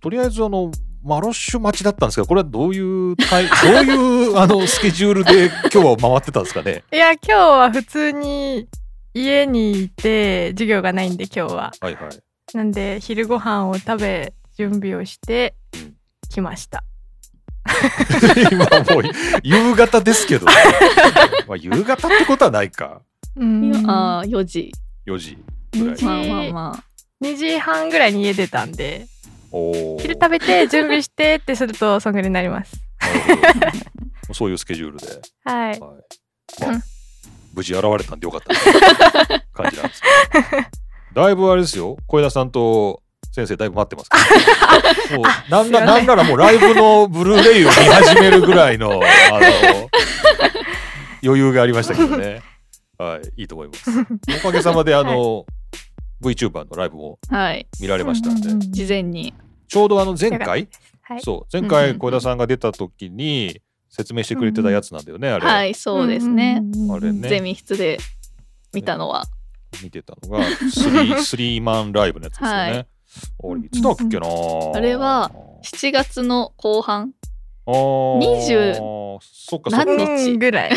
とりあえずあのマロッシュ待ちだったんですけどこれはどういうタイ どういうあのスケジュールで今日は回ってたんですかねいや、今日は普通に家にいて、授業がないんで今日は。はいはいなんで、昼ご飯を食べ、準備をしてうん、来ました。 今もう夕方です けど、ね、まあ夕方ってことはないかうん。ああ、4時。 4時ぐらい4時まあまあま2時半ぐらいに家出たんで、おお昼食べて、準備してってすると、そんぐらいになります。そういうスケジュールで、はい。はいまうあん、無事現れたんでよか ったな感じなんですけどだいぶあれですよ小枝さんと先生だいぶ待ってます けどもうなんなすいませんなんならもうライブのブルーレイを見始めるぐらい のあの余裕がありましたけどね、はい、いいと思いますおかげさまであの、VTuber のライブもあ。はい。見られましたんで、うんうんうん事前に。ちょうどあの前よか回、はい。そう前うんうんう回ん小枝さんが出た時に説明してくれてたやつなんだよね、あれ、はい、そうですね。んんんんあれねゼミ室で見たのは。見てたのがスリー スリーマンライブのやつですよね。はあれいつだっけなあれは7月の後半。あー20そっかそっ何日うんぐらい。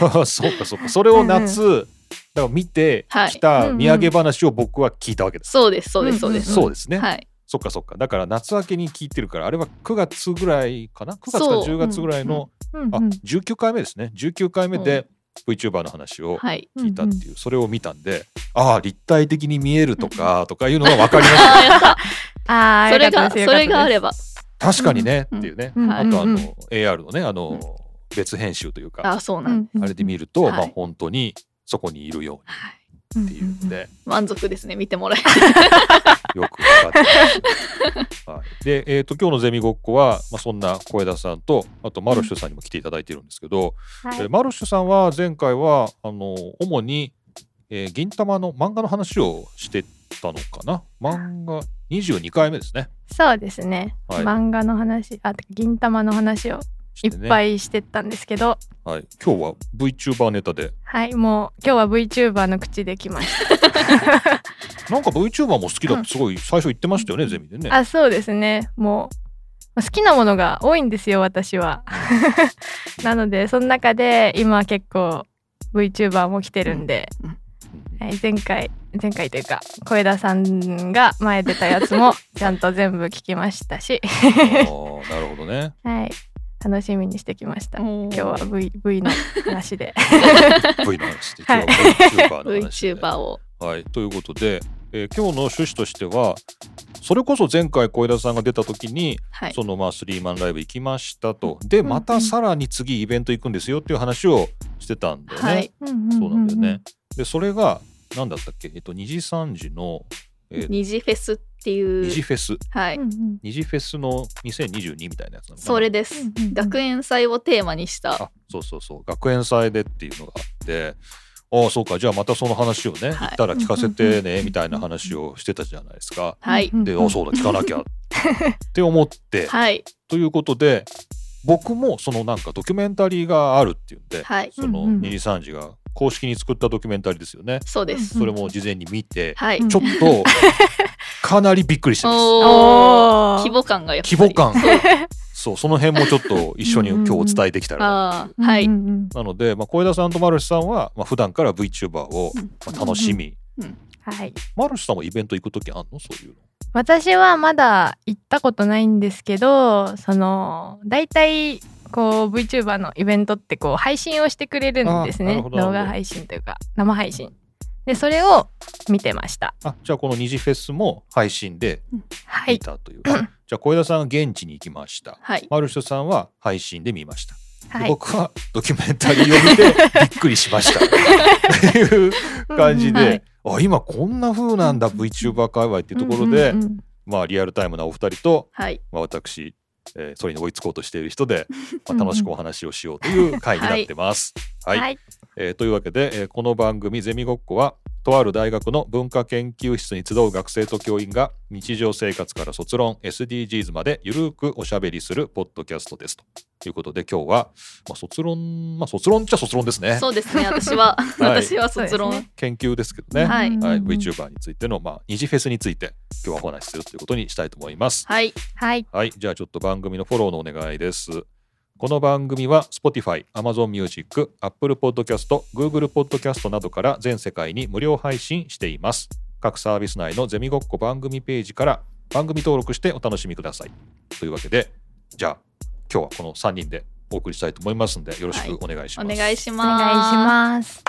か そっかそっかそれを夏、だから見てはいきた土産話を僕は聞いたわけです。そうです、そうです、そうでんす。そうですね、はい。そっかそっかだから夏明けに聞いてるからあれは9月ぐらいかな9月かそう10月ぐらいの、うんあうん19回目ですね19回目で VTuber の話をはい。聞いたっていう、それを見たんでああ立体的に見えるとかとかいうのが分かりましたああ、やった。ああ、それが、それがあれば。ば。確かにね、っていうね、うんあとあうのんうん AR のねあの、別編集というあかあ、そううなんでんうんあれで見ると、はいまあ本当にそこにいるよす。はうにっていうん で、い満足ですね、見てもらえよく分かって、はい、で、えー、と今日のゼミごっこは、まあ、そんな小枝さんとあとマロッシュさんにも来ていただいてるんですけど、はいえーマロッシュさんは前回はあの主に、えー銀玉の漫画の話をしてたのかな漫画22回目ですね。そうですね、はい漫画の話あてか銀玉の話をいっぱい、いしてったんですけど、はい、今日は VTuber ネタではいもう今日は VTuber の口できました、なんか VTuber も好きだってすごい最初言ってましたよね、ゼミで ね。あそうですねもう好きなものが多いんですよ私は なのでその中で今結構 VTuber も来てるんで、はい、前回前回というか小枝さんが前出たやつもちゃんと全部聞きましたし、あーなるほどね。はい、楽しみにしてきましたた。今日は V, v の話で V の話で、はい今日は VTuber の話で。 VTuber を。はい、ということで、えー今日の趣旨としては、それこそ前回小枝さんが出た時に、はい。そのまあスリーマンライブ行きましたと。で、んまたさらに次イベント行くんですよっていう話をしてたんだよね。はい。そそうなんだよね。で、それが、何だったっけえっと、2時3時の、えー、二次フェスってい2時う。フェス。はい。 2時フェスの2022みたいなやつなのかなそれです、うんうん学園祭をテーマにしたあそうそうそう学園祭でっていうのがあってああそうかじゃあまたその話をね、はい言ったら聞かせてうんうんうねんみたいな話をしてたじゃないですか。はい、であそうだ聞かなきゃって思って、 はいということで僕もそのなんかドキュメンタリーがあるっていうんではいそのうんうん二次三次が公式に作ったドキュメンタリーですよね。そうです、それも事前に見て、はいちょっとかなりびっくりしてます。おおーー規模感がやっぱり規模感そうその辺もちょっと一緒に今日お伝えできたらなあーはい、うんうんなので、まあ、小枝さんとマルシさんは、まあ、普段から VTuber をうんまあ楽しみ、はいマルシさんはイベント行く時あんのそういうの。私はまだ行ったことないんですけどその大体こう VTuber のイベントってこう配信をしてくれるんですあなねるほど動画配信というか生配信でそれを見てましたあじゃあこの二次フェスも配信では見いたという、 あじゃあ小枝さんは現地に行きましたはいマルシさんは配信で見ました、ではい僕はドキュメンタリーを見て びっくりしましたっていう感じうんうんはでい、あ今こんな風なんだ VTuber 界隈っていうところで、うんうんうんまあ、リアルタイムなお二人とはいまあ、私、えーそれに追いつこうとしている人で、まあ、楽しくお話をしようという回になってます。はい、はいえーというわけで、えーこの番組「ゼミごっこは」とある大学の文化研究室に集う学生と教員が日常生活から卒論 SDGs までゆるくおしゃべりするポッドキャストですということで今日は、まあ、卒論まあ卒論っちゃ卒論ですねそうですね、私 は、はい私は卒論。そうで研究ですけどね、はいはいうん VTuber についての、まあ、二次フェスについて今日はお話しするということにしたいと思います。はい、はい。はい、じゃあちょっと番組のフォローのお願いです。この番組は Spotify、Amazon Music、Apple Podcast、Google Podcast などから全世界に無料配信しています。各サービス内のゼミごっこ番組ページから番組登録してお楽しみください。というわけで、じゃあ今日はこの3人でお送りしたいと思いますのでよろしくお願いしおます。願いしおます。願いします。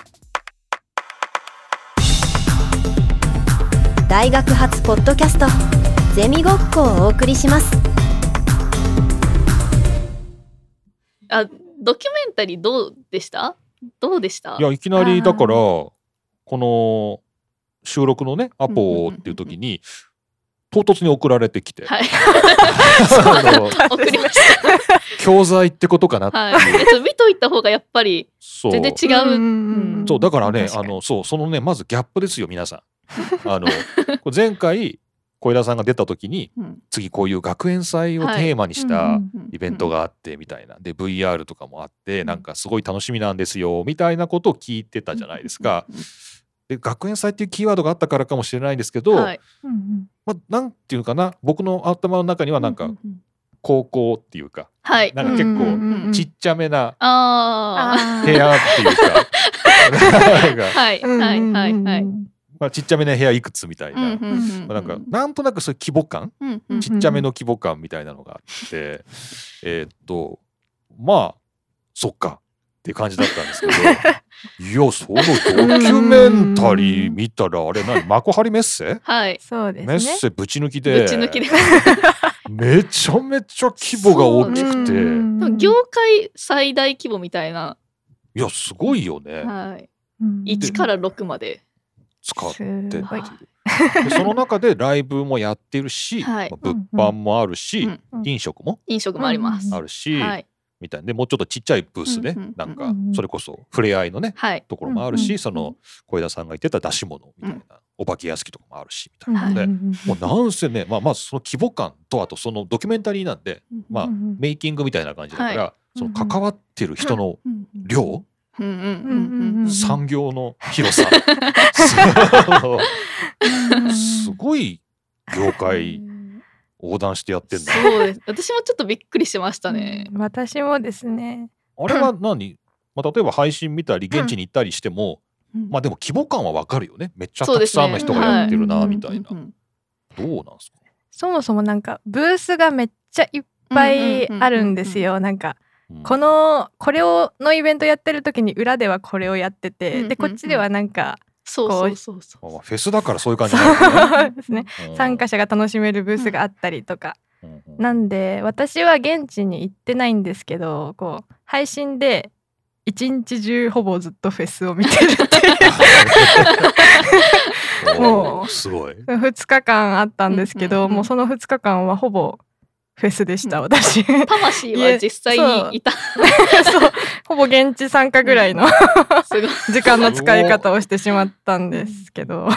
大学発ポッドキャストゼミごっこをお送りしますあ、ドキュメンタリーどうでしたどうでしたいやいきなりだからこの収録のねアポっていう時に唐突に送られてきて、はい、あ の 送りま し教材ってことかなってた。はい。別に見といた方がやっぱりそう全然違う。うんそうだからね確あかにのそうそのねまずギャップですよ皆さん。あのこれ前回小枝さんが出た時に次こういう学園祭をテーマにしうんうたんイベントがあってみたいなで VR とかもあってなんかすごい楽しみなんですよみたいなことを聞いてたじゃないですか。で学園祭っていうキーワードがあったからかもしれないんですけど、はい、うんうんまあ、なんていうかな僕の頭の中にはなんか高校っていうかはい。なんか結構うんうんうんちっちゃめなああ部ー屋って いうかなんかあ。はい、うんはうい、んはい、はい。まあ、ちっちゃめな部屋いくつみたいな、うんうんうんまあ、なんかなんとなくそういう規模感うんうんちっちゃめの規模感みたいなのがあってえーっとまあそっかっていう感じだったん ですけどいやそのドキュメンタリー見たらあれ何幕張メッセはい。そうですね。メッセぶち抜きでぶち抜きで。めちゃめちゃ規模が大きくて、うんでも業界最大規模みたいな、いやすごいよね、はい、うん1から6まで。使っすてっていうごいでその中でライブもやってるし、はいまあ物販もあるし、うんうん飲食も飲食もあります。あるし、はい。みたいなでもうちょっとちっちゃいブースで、うんうんなんうかんうんそれこそ触れ合いのねはい。ところもあるし、うんうんその小枝さんが言ってた出し物みたいな、お化け屋敷とかもあるしみたういなのんで、うんもうなんせね、まあ、まずその規模感とあとそのドキュメンタリーなんでまあうんメイキングみたいな感じだから、はその関わってる人の量、うんうんうんうん産業の広さそうんうすごい業界横断してやってんだそうです。私もちょっとびっくりしましたね。うん私もですね。あれは何、まあ、例えば配信見たり現地に行ったりしても、まあでも規模感はわかるよねめっちゃたくさんの人がやってるなそうでみすたいな、どうなんすかそもそもなんかブースがめっちゃいっぱいあるんですよ。なんかうんこのこれをのイベントやってる時に裏ではこれをやってうんうてんうんでこっちではなんかそうそうそうそまあう。まあフェスだからそういう感じなんだねそうですねうん 参加者が楽しめるブースがあったりとかうん うんなんで私は現地に行ってないんですけどこう配信で一日中ほぼずっとフェスを見てるっていうもうおーすごい その2日間あったんですけうんうど、んうんもうその2日間はほぼフェスでした、うん私 そう魂は実際にいた。ほぼ現地参加ぐらいのすごい。時間の使い方をしてしまったんですけど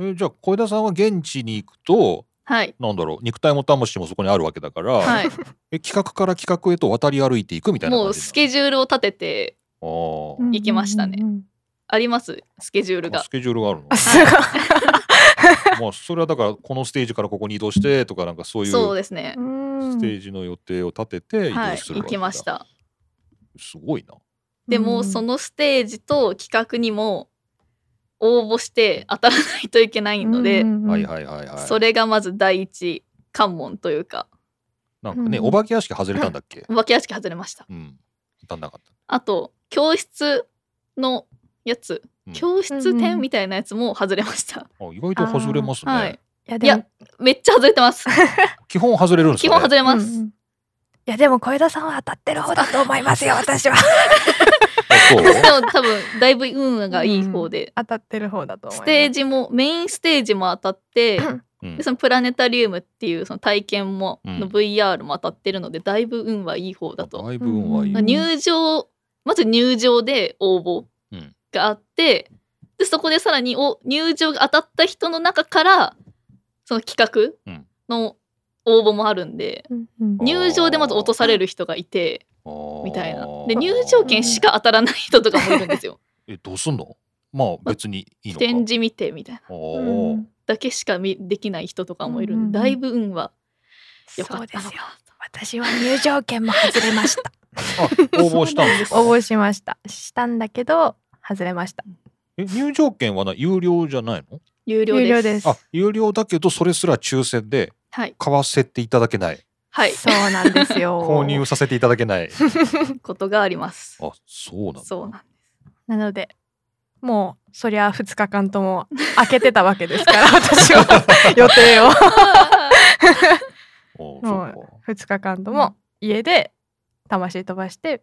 えじゃあ小枝さんは現地に行くとはい。なんだろう肉体も魂もそこにあるわけだから、はい。え企画から企画へと渡り歩いていくみたいなも感うじなスケジュールを立ててのあーうん行きましたねうんうんありますスケジュールあがス。ケジュールがあるのあすごいまあそれはだからこのステージからここに移動してとかなんかそういうそうスですねう。んテージの予定を立てて移は動い。する行わけきだました。すごいなでもそのステージと企画にも応募して当たらないといけないので、うんうんうんはいはいはいはいそれがまず第一関門というかなんかねうんお化け屋敷外れたんだっ けお化け屋敷外れました。うん当たんなかったあと教室のやつ、うん教室うんう展んみたいなやつも外れました、あ意外と外れますね、はいいやいやめっちゃ外れてます 基本外れるんです基よ、ね、本外れでもまうんす、うんいやでも小枝さんは当たってる方だと思いますよ私はあそうでも多分だいぶ運がいい方で、当たってる方だと思いスますテージもメインステージも当た って、うんでそのプラネタリウムっていうその体験も、うんの VR も当たってるのでだいぶ運はいい方だと、だいぶ運はいい、うん入場まず入場で応募があってでそこでさらにお入場が当たった人の中からその企画うんの応募もあるんで、うんうんね入場でまず落とされる人がいてみたいなで入場券しかか当たらない人とかもいるんですよえどうすんのまあ別にいいのか展示見てみたいなおうーんだけしか見できない人とかもいるうんんうんで、だいぶ運は良かそうっでたすのよかな私は入場券も外れましたあ 応募したんですか 応募しましたしたんだけど外れましたえ入場券はな有料じゃないの有料です有料ですあ有料だけどそれすら抽選ではい買わせていただけないはいそうなんですよ 購入させていただけ ないことがありますあそうなんだそうなんなのでもうそりゃ2日間とも開けてたわけですから私は予定をおーもそうかう2日間とも家で魂飛ばして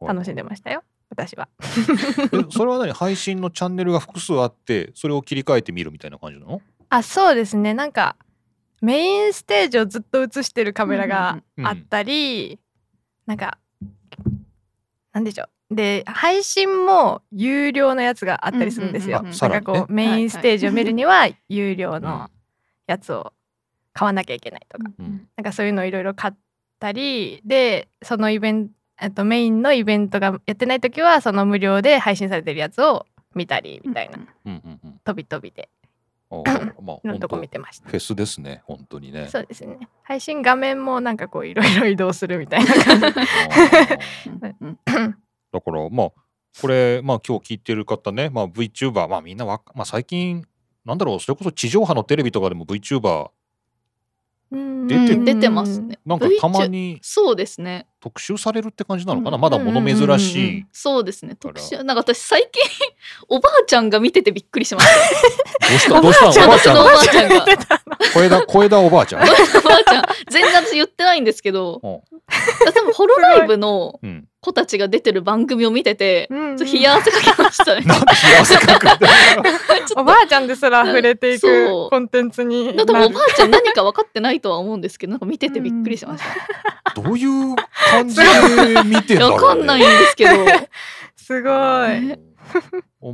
楽しんでましたよ私はえそれは何 配信のチャンネルが複数あってそれを切り替えてみるみたいな感じなのあそうですねなんかメインステージをずっと映してるカメラがうんうんあったり、なんかなんでしょうで配信も有料のやつがあったりするんですよ。うんうんうんうんなんかこう、さらにメインステージを見るに は有料うんのやつを買わなきゃいけないとか、うんなんかそういうのをいろいろ買ったりでそのイベントえっとメインのイベントがやってない時はその無料で配信されてるやつを見たりみたいな、うんうんうん飛び飛びであーまあいろんなとこ見本てました当フェスですね本当にねそうですね。配信画面もなんかこういろいろ移動するみたいな感じ。あーうんうんだからまあこれまあ今日聞いてる方ね、まあ、VTuber まあみんなわか、まあ、最近なんだろうそれこそ地上波のテレビとかでも VTuber 出てうん出てますね。なんか VTuber たまにそうですね特集されるって感じなのかな、うんまだ物珍しい、そうですねから特集なんか私最近 おばあちゃんが見ててびっくりしましたどうしたどうしたのおばあち私ゃんのお がばあちゃんが小枝小枝おばあ ちゃん、 おばあちゃん全然私言ってないんですけどうん多分ホロライブのうん、 子たちが出てる番組を見ててうんうんちょっと冷や汗かきましたねなんで幸せかくみたいなおばあちゃんですら触れていそくうコンテンツになんかな多分おるばあちゃん何か分かってないとは思うんですけどなんか見ててびっくりしましたどういう感じで見てんだろう、ね、分かんないんで すけどすごうい。ん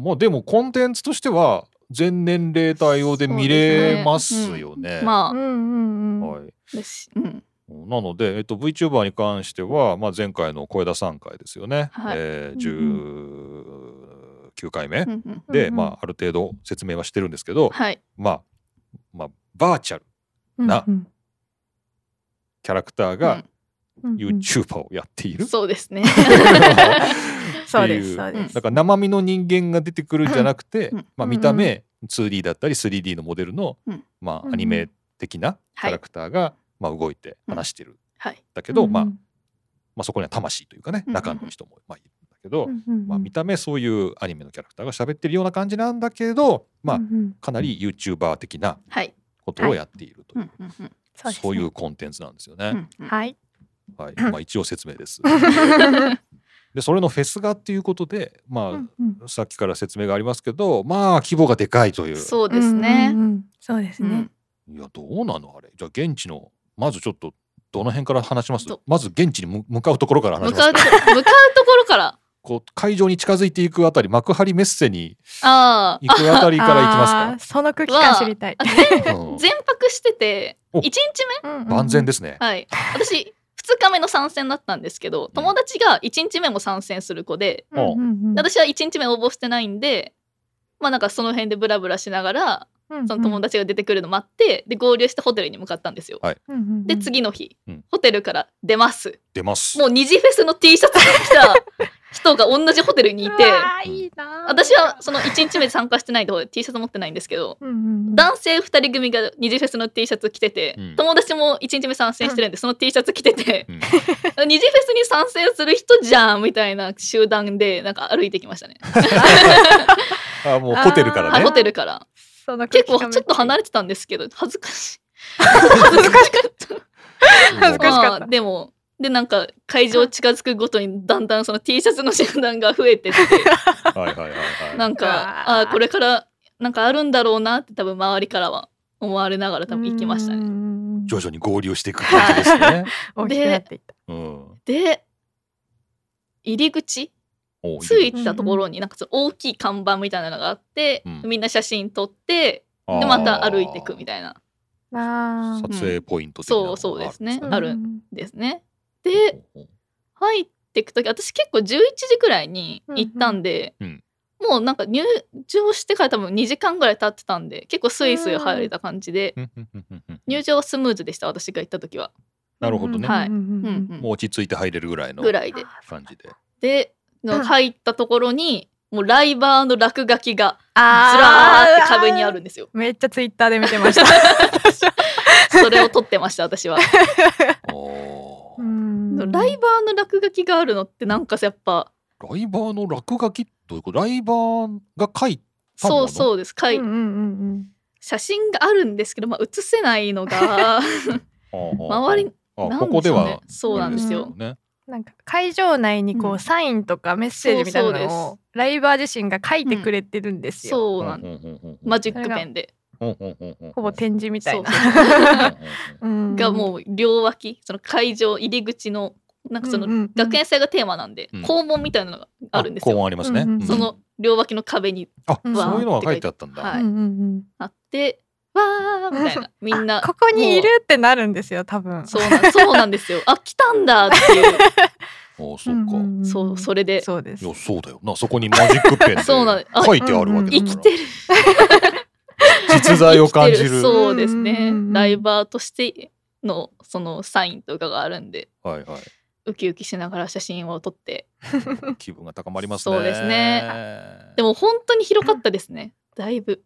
まあでもコンテンツとしては全年齢対応で見れますよね。うまんあうんうん。はい、ですうんなので、えっと、VTuber に関しては、まあ、前回の小枝さん回ですよね、はいえー、19回目、うんうんで、うんまあ、ある程度説明はしてるんですけど、はいまあまあ、バーチャルなうんキャラクターがうんうんうん YouTuber をやっている。そうですね そうっていですうそうです。だから生身の人間が出てくるんじゃなくて、うんまあ、見た目 2D だったり 3D のモデルの、うんまうんあ、アニメ的なキャラクターが、まあ、動いてうん話してる、はいだけど、まあうまんあ、そこには魂というかねうん中の人もまあいるんだけど、うんうんうんまあ、見た目そういうアニメのキャラクターが喋ってるような感じなんだけど、まうあん、うんかなり YouTuber 的なはいことをやっているという、うんうんうんそうですねそういうコンテンツなんですよね。うんうんはい。はい、まあ、一応説明 です。でそれのフェスがっていうことで、まあうんさっきから説明がありますけどまあ規模がでかいというそうですねうんうんうんそうですうねん。いやどうなのあれじゃあ現地のまずちょっとどの辺から話しますどまず現地にむ向かうところから話向しまかすうとこ向かうところからこう会場に近づいていくあたり幕張メッセにあ行くあたりから行きあーまその空気感知りたい。すか、うあん全泊しててお1日目うんうんうん万全ですね、はい私2日目の参戦だったんですけど友達が1日目も参戦する子でうんうんうん私は1日目応募してないんでまあなんかその辺でブラブラしながらうんうんその友達が出てくるの待ってで合流してホテルに向かったんですようんうんうんで次の日うんホテルから出ます出ますもう二次フェスの T シャツを着 た人が同じホテルにいうてわーいいなー私はその1日目で参加してないと T シャツ持ってないんですけどうんうんうん男性2人組が二次フェスの T シャツ着てて、うん友達も1日目参戦してるんで、その T シャツ着ててうん二次フェスに参戦する人じゃんみたいな集団でなんか歩いてきましたねあもうホテルかあらあねホテルからその空結気感構ちょっと離れてたんですけど恥ずかしい恥ずかしかった恥ずかしかったまあでもでなんか会場近づくごとにだんだんその T シャツの集団が増えてってはいはいはいはいなんうかわーあーこれからなんかあるんだろうなって多分周りからは思われながら多分行きましたね。ね徐々に合流していく感じですね、大きくなっていった。うん、で入り口おういいねすぐ行ったところになんかちょっと大きい看板みたいなのがあって、うんみんな写真撮ってでまた歩いていくみたいなあ撮影ポイント的なのがそうそうですねーあるんですね。で入っていく時私結構11時くらいに行ったんで、うんうんもうなんか入場してから多分2時間ぐらい経ってたんで結構スイスイ入れた感じで、うんうんうんうんうん入場はスムーズでした私が行った時は、なるほどね、はいうんうんうんもう落ち着いて入れるぐらいのぐらいで感じででうん入ったところにもうライバーの落書きがずあらーーって壁にあるんで すよ。めっちゃツイッターで見てました それを撮ってました私は。おーうんライバーの落書きがあるのってなんかやっぱライバーの落書きどういうことライバーが書いたもそのうそうですかい、うんうんうん写真があるんですけど、まあ、写せないのが周りあなんでしょうねここではそうなんですよあれねうんなんか会場内にこううんサインとかメッセージみたいなそうのそをライバー自身が書いてくれてるんですよ。そうなんうんうんうんうんマジックペンでうんうんうんうんほぼ展示みたいな。そうそううんうんうんうんがもう両脇その会場入り口のなんかそうんうんうのん学園祭がテーマなんで、うん校門みたいなのがあるんですこうよ。ありますね、うんうんその両脇の壁にあ、うんそういうのが書いてあったんだ。はいうんうんうんあってわーみたいなみんな あここにいるってなるんですよ多分。そうなんそうなんで すよあ来たんだっていうああ、そうか。んんんそうそれでそうですいや、。そうだよな。そこにマジックペンでそうなのあ書いてあるわけだ生きから。てる実在を感じる。はそうですねうんうんうんライバーとしてのそのサインとかがあるんでいはい。ウキウキしながら写真を撮って 気分が高まりますね。そうですねでも本当に広かったですねだいぶ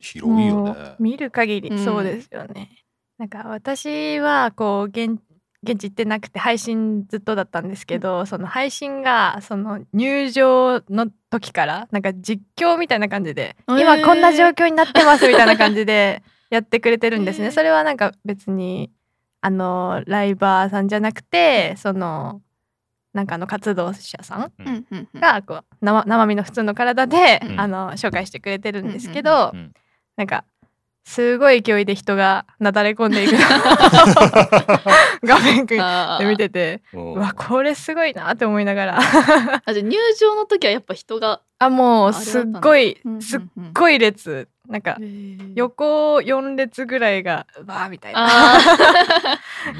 広いよもねう。見る限り、うんそうですよね。なんか私はこう現現地行ってなくて配信ずっとだったんですけど、その配信がその入場の時からなんか実況みたいな感じで、へー今こんな状況になってますみたいな感じで やってくれてるんですへね。ーそれはなんか別にあのライバーさんじゃなくてそのなんかあの活動者さんうんうんがこう生生身の普通の体で、うんあの紹介してくれてるんですけど、うんうんなんかすごい勢いで人がなだれ込んでいく のを画面であー見ててうわこれすごいなって思いな がらあじゃあ入場の時はやっぱ人があもうすっごいうんうんうんすっごい列なんか横4列ぐらいがわーみたいな あ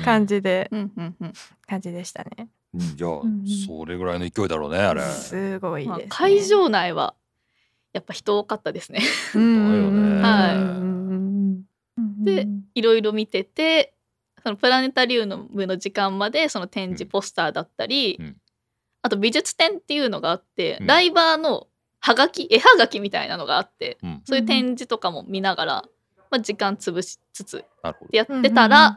感じでーうんうんうん感じでしたね。うんじゃあんうん、それぐらいの勢いだろうね、あれ。すごいです、まあね会場内はやっぱ人多かったですね だよねはいででいろいろ見ててそのプラネタリウムの時間までその展示ポスターだったり、うんあと美術展っていうのがあって、うんライバーのはがき絵はがきみたいなのがあってうん、そういう展示とかも見ながら、まあ、時間潰しつつなるほってやってたら、うんうん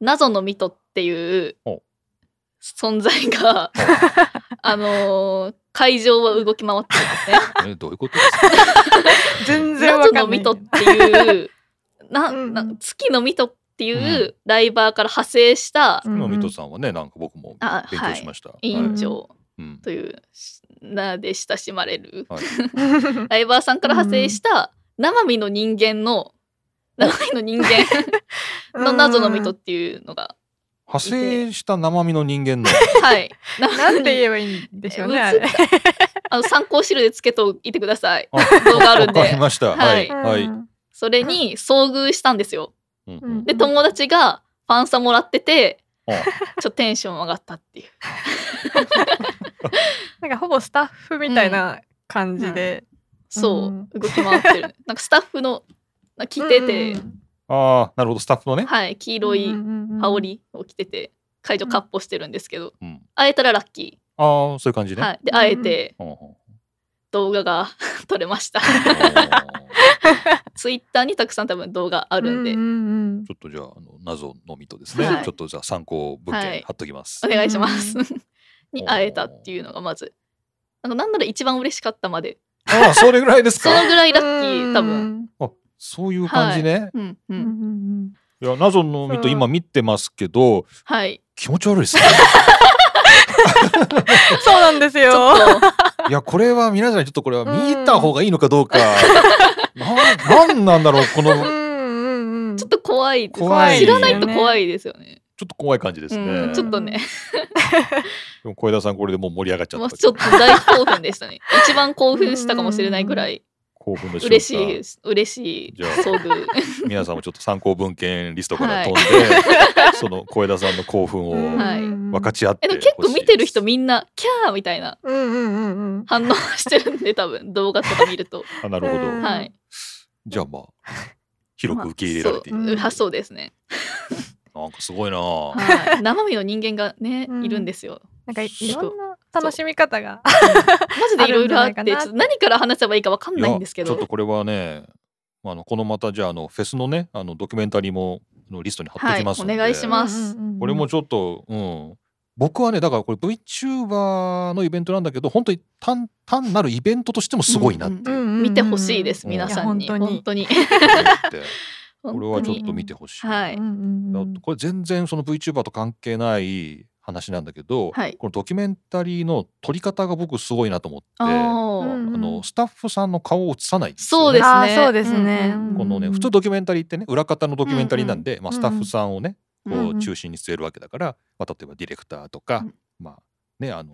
謎のミトっていうお存在が あのー会場は動き回ってるど。え、んですね。どういうことですか。全然わ謎か のんないミトっていうななうんうん月のミトっていううライバーから派生した、うん今、水戸さんはね、なんか僕もあ勉は強いしました。は委い員長うんという名で親しまれる、はい ライバーさんから派生した生身の人間の生身の人間の謎のミトっていうのが、派生した生身の人間の。はいなんて言えばいいんでしょうねあれ。あの参考資料でつけておいてください。あ動画あるんでわかりました。はい。うんはい。それに遭遇したんですよ。うんうんで友達がファンサもらっててうんちょっとテンション上がったっていう。なんかほぼスタッフみたいな感じで、そううん動き回ってる。なんかスタッフのなんか着てて、うんうんああ、なるほど、スタッフのね。はい黄色いうん羽織を着てて会場かっ歩してるんですけどうん、会えたらラッキああ、そういう感じー。ね。はい、で会えてうんうん動画が 撮れました。おーツイッターにたくさん多分動画あるんで、うんうんうんちょっとじゃあ、あの謎のみとですね、はいちょっとじゃあ参考文は献い貼っときます。お願いしますう。 に会えたっていうのがまず。なんかなんなら一番嬉しかったまで。ああ、それぐらいですそか。のぐらいラッキー多分。あ、そういう感じね。うんううんうい、んん。や、謎のみとそう今見てますけど、はい。気持ち悪いです ね。そうなんですよちょっといや、これは皆さん、ちょっとこれは見た方がいいのかどうか。なん、なんなんだろう、この。うんうんうんちょっと怖いです怖い知らないと怖いですよね。ちょっと怖い感じですね。うん、ちょっとね、でも小枝さんこれでもう盛り上がっちゃった。もうちょっと大興奮でした ね。一番興奮したかもしれないぐらい興奮の瞬間嬉しいです、嬉しいじゃあ遭遇。 皆さんもちょっと参考文献リストからはい飛んで、 その小枝さんの興奮をはい分かち合っえてでほもしい結構見てる人るみんなキャーみたいなうんうんうんうん。反応してるんで 多分動画とか見ると。あなるほど、うんはい。じゃあまあ広く受け入れられている、まそううんそうですね。なんかすごいなあはい生身の人間がねうんいるんですよ。なんかいろんな楽しみ方が。マジでいろいろあってあるんちじょゃないかなっと何から話せばいいかわかんないんですけいやちょっどと。これはねあのこのまたじゃああのフェスのねあのドキュメンタリーもあのリストに貼ってきますので、はいお願いしますうんうんうんこれもちょっとうん僕はねだからこれ VTuber のイベントなんだけど本当に単単なるイベントとしてもすごいなってうんうんうん見てほしいです、うん皆さんにいや本本当に思 って、こ本れ当はちょっにと見てほしい。はういんうんうんこれ全然その VTuber と関係ない話なんだけど、はいこのドキュメンタリーの撮り方が僕すごいなと思ってああーうんのスタッフさんの顔を映さないんですそようですねあーそうですね。うんこのね普通ドキュメンタリーってね裏方のドキュメンタリーなんで、まあ、うんうスんタッフさんをねこうんううん中心に据えるわけだから、まあ、例えばディレクターとか、うんまあねあの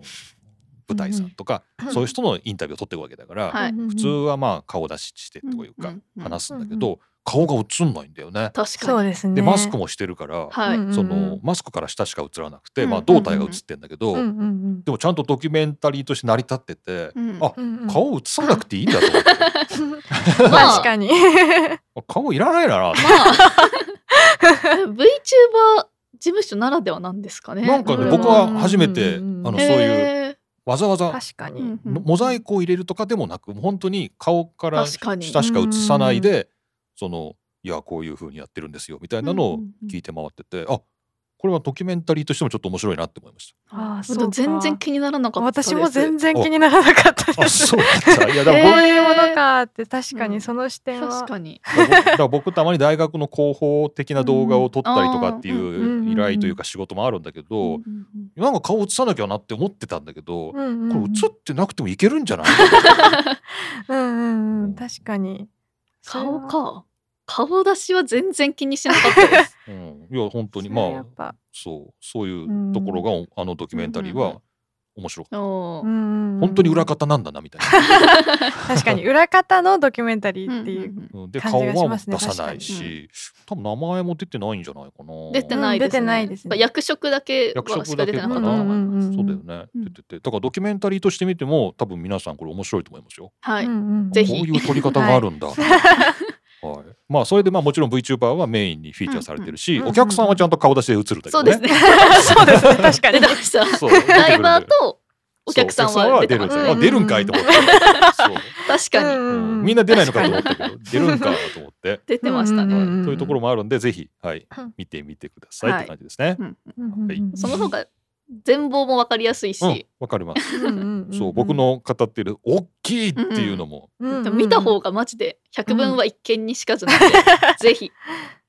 舞台さんとか、うんそういう人のインタビューを撮っていくわけだから、はい普普通はまあ顔出ししてというかうんうん話すんだけど、顔が映んないんだよね。確そかうに。ですね。でマスクもしてるから、はい。うんそのマスクから下しか映らなくて、うんまあ、胴体が映ってんだけど、うんうんうんでもちゃんとドキュメンタリーとして成り立ってて、うんあうんうん顔映さなくていいんだと思ってまあ 確 かに。あ顔いらないなら、まあ VTuber 事務所ならではなんですかね。なんかねうん僕は初めて、うんあのそういうへーわざわざ確かうに。んうんモザイクを入れるとかでもなく本当に顔から確かに下しか映さないでそのいやこういう風にやってるんですよみたいなのを聞いて回ってて、あこれはドキュメンタリーとしてもちょっと面白いなって思いましあーちょっと全然気にならなかったです。私も全然気にならなかった た。であす。そうなんだいやだこからうえ僕ーいうものかって確かにその視点は。確かに。だから僕だから僕たまに大学の広報的な動画を撮ったりとかってうんいあうー依頼というか仕事もあるんだけど、うんうんなんか顔映さなきゃなって思ってたんだけど、うんうんうこんれ映ってなくてもいけるんじ ゃないうんうんうん確かに。顔か。顔出しは全然気にしなかったです。うん、いや本当そにれは。まそれはやあっぱそうそういうところがおあのドキュメンタリーは面白かった。おうーんうんうん本当に裏方なんだなみたい確かに裏方のドキュメンタリーっていううんうんな。うんで感顔じがしはま出すねさないし、多分名前も出てないんじゃないかな。出てなうんいです、ね出てないですね役職だけ役は職しだけか出てなかかな。ったそうと思います。だよね。うん出ててだからドキュメンタリーとして見ても多分皆さんこれ面白いと思いますよ。はうい。んうこんうぜひいう撮り方があるんだ。はい。まあそれでまあもちろん VTuber はメインにフィーチャーされてるし、うんうんお客さんはちゃんと顔出しで映るんだけどね。そうですね。そうですね確か出 にて。ました。そう。出てくるんだよライバーとお客さんは出てるまんしだた。よ。あ出るんかいと思って。そう。確かうに、うんうんみんな出ないのかと思ったけど出るんかと思って。出てましたはね。いうんうんうんというところもあるんでぜひ、はいうん、見てみてくださいって感じですね。うんうんうんその方が全貌もわかりやすいし、うん、わかります。うんうんんそう僕の語ってる大きいっていうのも、うんうんでも見た方がマジで百分は一見にしかずなんで、 ぜひ。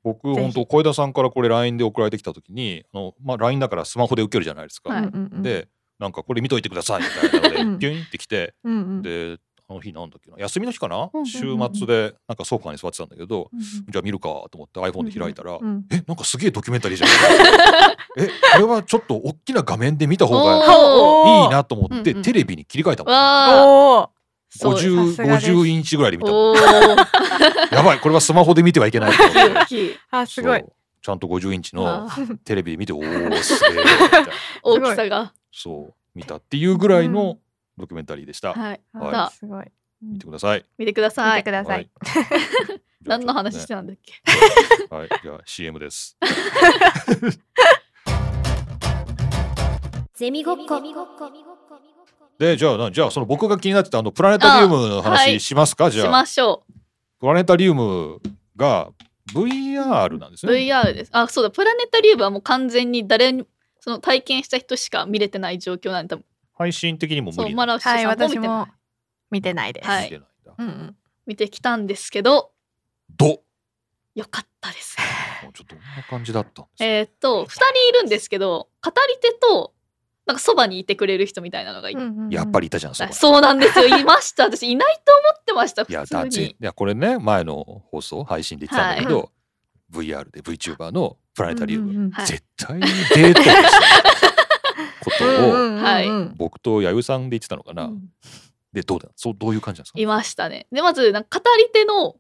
僕ぜひ本当小枝さんからこれ LINE で送られてきた時に、あのまあ LINE だからスマホで受けるじゃないですか。はいうんうんうん、でなんかこれ見といてくださいみたい なうのんでピュインってきて、うんうん、であの日なんだっけな休みの日かな、うんうんうん週末でなんかソファに座ってたんだけど、うんじゃあ見るかと思って iPhone で開いたら、うん、うんえなんかすげえドキュメンタリ ーじゃんえこれはちょっと大きな画面で見た方がおーいいなと思ってうんうんテレビに切り替えたもん、わあ、おーそうですう 50, さすがです50インチぐらいで見たもんおお、やばいこれはスマホで見てはいけないと 思って大きいあすごいそうちゃんと50インチのわあテレビで見ておおす げえみたいな大きさが。そう見たっていうぐらいうのんドキュメンタリーでした、はい、あはいーすごい見てください見てくださ見てく。いださい、はい何の話してじゃたんだっけ。あちょっとねはいじゃあ CM です ゼミごっこでじゃあなじゃあその僕が気になってたあのプラネタリウムのあは話いしますか、じしゃあましょプラネタリウムが VR なんですう。ね。 VR です。あ、そうだ。プラネタリウムはもう完全に誰にその体験した人しか見れてない状況なんで多分。配信的にも無そう理マなラオシさはいんも見私てないも見てないです、はい見てないんだ。うんうん、見てきたんですけど、どもよかったです。うちょっとこんな感じだったんですね。えーっと2人いるんですけど語り手となんかそばにいてくれる人みたいなのがいて、うんうんうんやっぱりいたじゃんそこあそうなんですよいました私いないと思ってましたいや普だ通っていにやこれね前の放送配信で言ってたんだけど、 VR で VTuber のプラネタリウム、うんうんうんはい絶対にデートをするこ とをはい僕と弥生さんで言ってたのかな、うんでどうだそうどういう感じなんですかいましたね。でまずなんか語り手の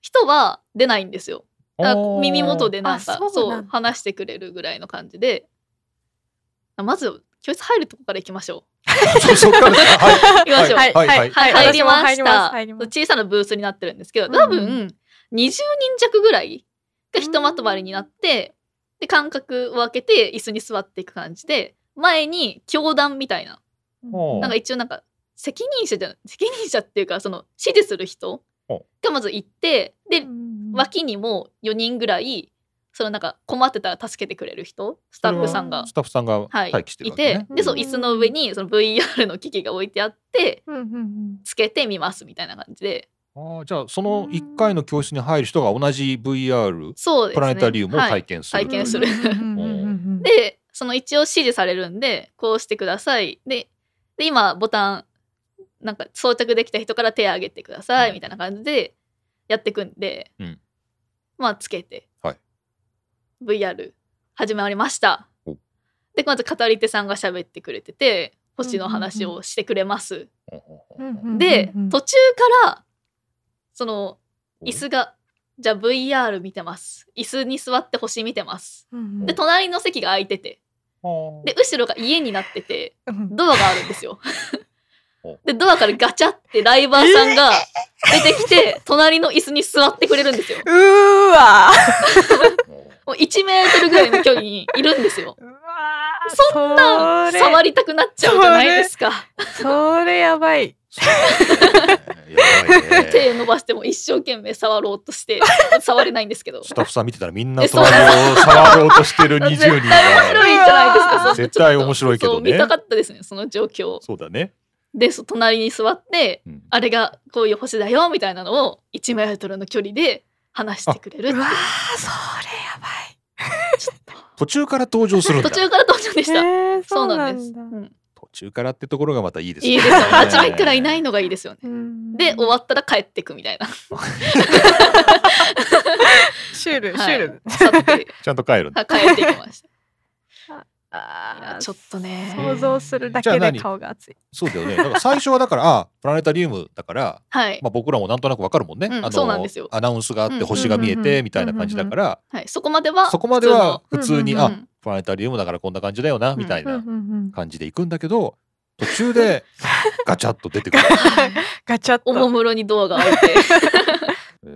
人は出ないんですよ。だかあらー耳元でなんかあそそううなんだ話してくれるぐらいの感じでまず教室入るとこから行きましょ そうそっからですか はう。行きましょう。はいはいはいはい、入りまし私もた。入ります小さなブースになってるんですけど、うん多分20人弱ぐらいがひとまとまりになって、で間隔を空けて椅子に座っていく感じで前に教団みたいなうんなんか一応なんか責任者じゃない責任者っていうかその指示する人うんがまず行ってでっ脇にも4人ぐらいそのなんか困ってたら助けてくれる人スタッフさんがい、スタッフさんがはい、待機してるいわけ、ねてでそううん椅子の上にその VR の機器が置いてあってつけてみますみたいな感じであーじゃあその1回の教室に入る人が同じ VR そうですねプラネタリウムをは体い験する、体験するででその一応指示されるんでこうしてくださいでで今ボタンなんか装着できた人から手を挙げてくださいみたいな感じでやってくんで、うんまあつけて、はい、 VR 始まりましたおでまず語り手さんが喋ってくれてて星の話をしてくれます、で、途中からその椅子がじゃあ VR 見てます椅子に座って星見てますで隣の席が空いててで後ろが家になっててドアがあるんですよお。 でドアからガチャってライバーさんが出てきて隣の椅子に座ってくれるんですよ。うーわもう1メートルぐらいの距離にいるんですよ。そん触りたくなっちゃうじゃないですか。それややばばいい ね手伸ばしても一生懸命触ろう として触れないんですけど。スタッフさん見てたらみんな隣を触ろうとしてる20人 絶が対面白いじゃないですか。そんなちょっと絶対面白いけどねそう見たかったですね、その状況。そうだね、で、そう隣に座って、うんあれがこういう星だよみたいなのを1メートルの距離で話してくれるっていううわーそれやばい途中から登場するんだ途中から登場でした。へーそうなんです。だうん途中からってところがまたいいですねいいですよ。初めからいないのがいいですよね。うんで、終わったら帰ってくみた いな。シュールシはュいール去ってちゃんと帰るんだは帰っていきま しあた。いーやちょっとね。想像するだけじゃあで何顔が熱いそうだよねだから最初はだからあプラネタリウムだから、はいま。あ、僕らもなんとなくわかるもんね、うんあそうなんですよのアナウンスがあっうてん星が見えうんうんうてんみたいな感じだから、はい。そこまでは。そこまでは普通に、普通のあうんうん うんプラネタリウムだからこんな感じだよな、うんみたいうんうなんうん感じでいくんだけど途中でガチャッと出てくる、 普通の。はい ガチャッおともむろにドアが開いて。えー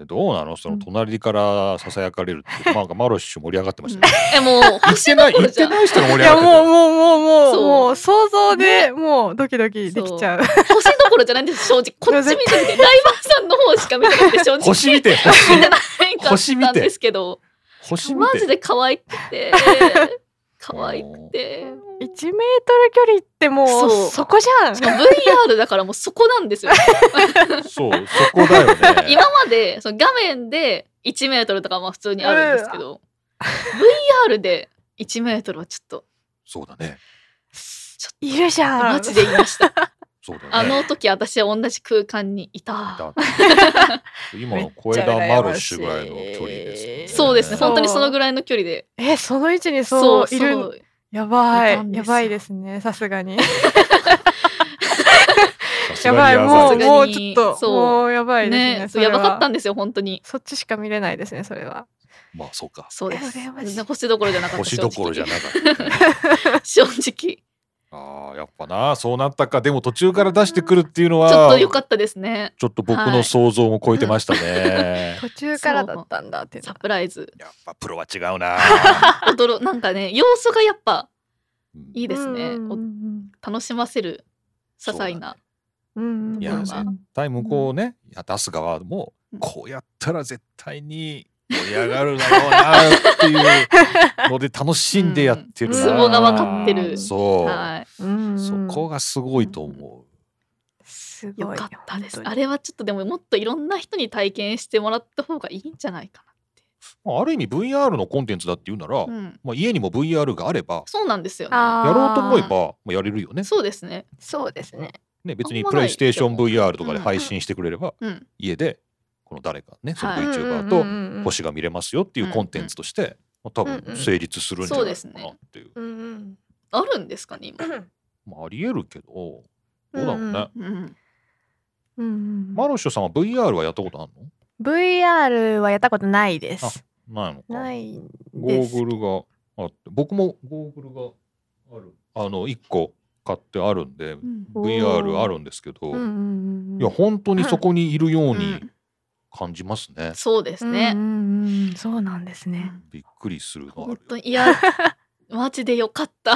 どうなのその隣からささやかれる ってなんかマロッシュ盛り上がってましたねえ、もう、言ってない言ってない人が盛りい上やがってもうるもうもうもそううもう想像でもうドキドキできちゃう星どころじゃないんです正直。こっち見てて、ライバーさんの方しか見てなくて、正直。星見て見て星ないかったんですけど、星見マジてで可愛く て、可愛くて。 1メートル距離ってもうそうそこじゃんしかも VR だからもうそこなんですよ。そうそこだよ ね今までその画面で1メートルとかも普通にあるんですけど VR で1メートルはちょっとそうだねいるじゃんマジで言いましたそうだねあの時私は同じ空間にいた だ今の小枝マロッシュぐらいの距離です、ね、そうですねそう本当にそのぐらいの距離でえその位置にそういるそうやばいたんいですよやばいですねさすがにさすやがばにいもうさすがにもうちょっとそうもうやばいですねねそそうれやはばかったんですよ本当にそっちしか見れないですねそれはまあそうかそうですえ羨ましい全然星どころじゃなかった星どころじゃなかった、ね、 た正直ちあーやっぱなそうなったかでも途中から出してくるっていうのょはっと良かったですねちょっと僕の想像も超えてましたね、 途中からだったんだっていうのサプライズやっぱプロは違う な驚なんかね要素がやっぱうんいいですねうんうおん楽しませる些細なうんうんいやうんうん絶対向こうね、いや出す側もこうやったら絶対に盛り上がるだろうなっていうので楽しんでやってるな、うんツボが分かってるそう、はいうんうんそこがすごいと思すよごいかったです本。当にあれはちょっとでももっといろんな人に体験してもらった方がいいんじゃないかう、まあ、ある意味 VR のコンテンツだっていうなら、な。うん、まあ、家にも VR があればそうなんですよ、ね。あーやろうと思えばまあやれるよねそうですね。そうですねね別あにんまプないレイステーションけど VR とかで配信してくれれば、うん、家でこの誰かねそのはい VTuber うんとうんうん星が見れますよっていうコンテンツとして、まあ、多うんう分ん成立するんじゃないかなっていう,、うんうんあるんですかね今。まあ、ありえるけどどうだろうね、うんうんうん、うんうんマロショさんは VR はやったことある VR はやったことないです。のないのかないゴですーグルがあって僕もゴーグルがあるあの1個買ってあるんでおー VR あるんですけど、うんうんうんうんいや本当にそこにいるよううにん感じますね、そうですね。うんうんうんそうなんですね。びっくりするのあ本る当 にいやマジでよかった。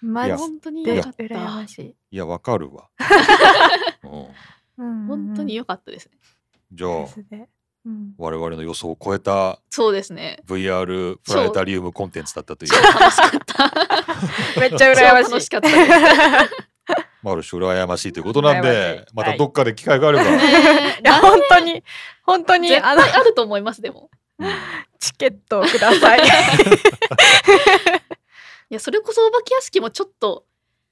マいジや本当にでよかった。羨ましい。いやわかる わ、うん、本本当に良かったですね。じゃあで。うん我々の予想を超えたそうですね。 VR プラネタリウムコンテンツだったという超楽しかった。めっちゃ超 羨ましい。楽しかったです。まあある種羨ましいということなん羨までしいまたどっかで機会があれば、 ねいや本当に本当に絶あの対あると思いますでも。うんチケットをくだ さい。いやそれこそお化け屋敷もちょっ と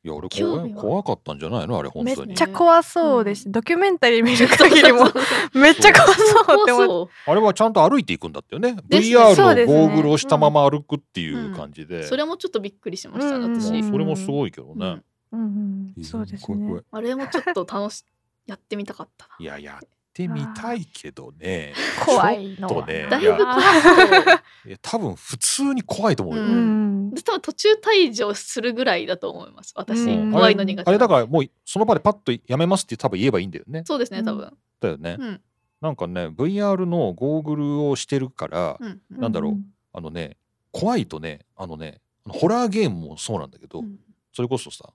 いや俺興怖い味は怖かったんじゃないのあれ本めっ当にちゃ怖そうでし、たドキュメンタリー見る限りもそうそうそうめっちゃ怖そうって思っそうあれはちゃんと歩いていくんだってよねですね VR そうですねのゴーグルをしたまま歩くっていう感じで、それもちょっとびっくりしましたうんうん私もう。それもすごいけどうねん、た。うんうんそうですいや怖い怖ねい。あれもちょっと楽しやってみたかった いややってみたいけどね怖いのちょっはとねな。だいやぶ怖そう。いや多分普通に怖いと思うよ、ううんで多分途中退場するぐらいだと思います私、うん怖いの苦手あれだからもうその場でパッとやめますって多分言えばいいんだよねそうですね多分、だよね、うんなんかね VR のゴーグルをしてるから、うんうんなんだろうあのね怖いとねあのねホラーゲームもそうなんだけど、うんそれこそさ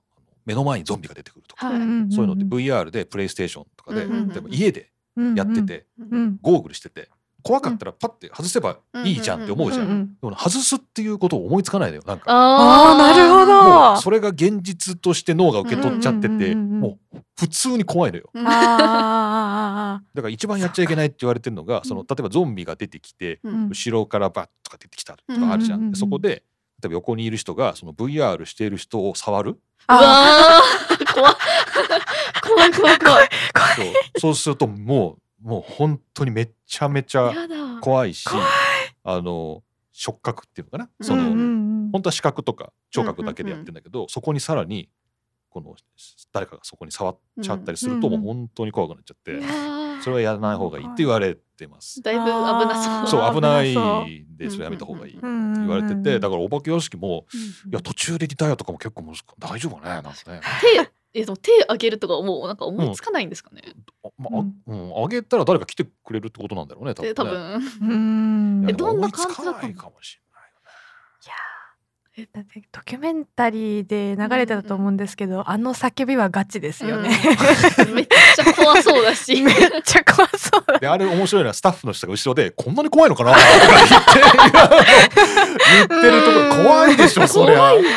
目の前にゾンビが出てくるとか、はい、そういうのって VR でプレイステーションとかで、うんうんうんでも家でやってて、うんうんゴーグルしてて怖かったらパッて外せばいいじゃんって思うじゃん,、うんうんでも外すっていうことを思いつかないのよなんかああなるほどもうど。それが現実として脳が受け取っちゃってて、うんうんうんうんもう普通に怖いのよあだから一番やっちゃいけないって言われてるのがその例えばゾンビが出てきてん後ろからバッとか出てきたとかあるじゃん,、うんうんうんうんそこで例えば横にいる人がその VR している人を触るあああうあわー 怖っ怖い怖い怖いそうそうするともうもう本当にめちゃめちゃやだ怖いしあの触覚っていうのかなそうんの、うんうん本当は視覚とか聴覚だけでやってんだけど、そこにさらにこの誰かがそこに触っちゃったりすると、うんもう本当に怖くなっちゃって、いやーそれはやらない方がいいって言われてます。だいぶ危なそうそう危ない危なそんでそれやめた方がいいってうんうんうん言われててだからお化け屋敷もうんいや途中でリタイアとかも結構難しい大丈夫かねなんかね、手えでも手あげるとか思うなんか思いつかないんですかね、あまあうんあげたら誰か来てくれるってことなんだろうね多分でね多分うんいやえでどもん思ないつ感じだかったのないかもしれないだってドキュメンタリーで流れてたと思うんですけど、あの叫びはガチですよね。うん めっちゃ怖そうだ しめっちゃ怖そうだ。であれ面白いのはスタッフの人が後ろで「こんなに怖いのかな?」とか言って言ってるところ怖いでしょそりゃ怖いよ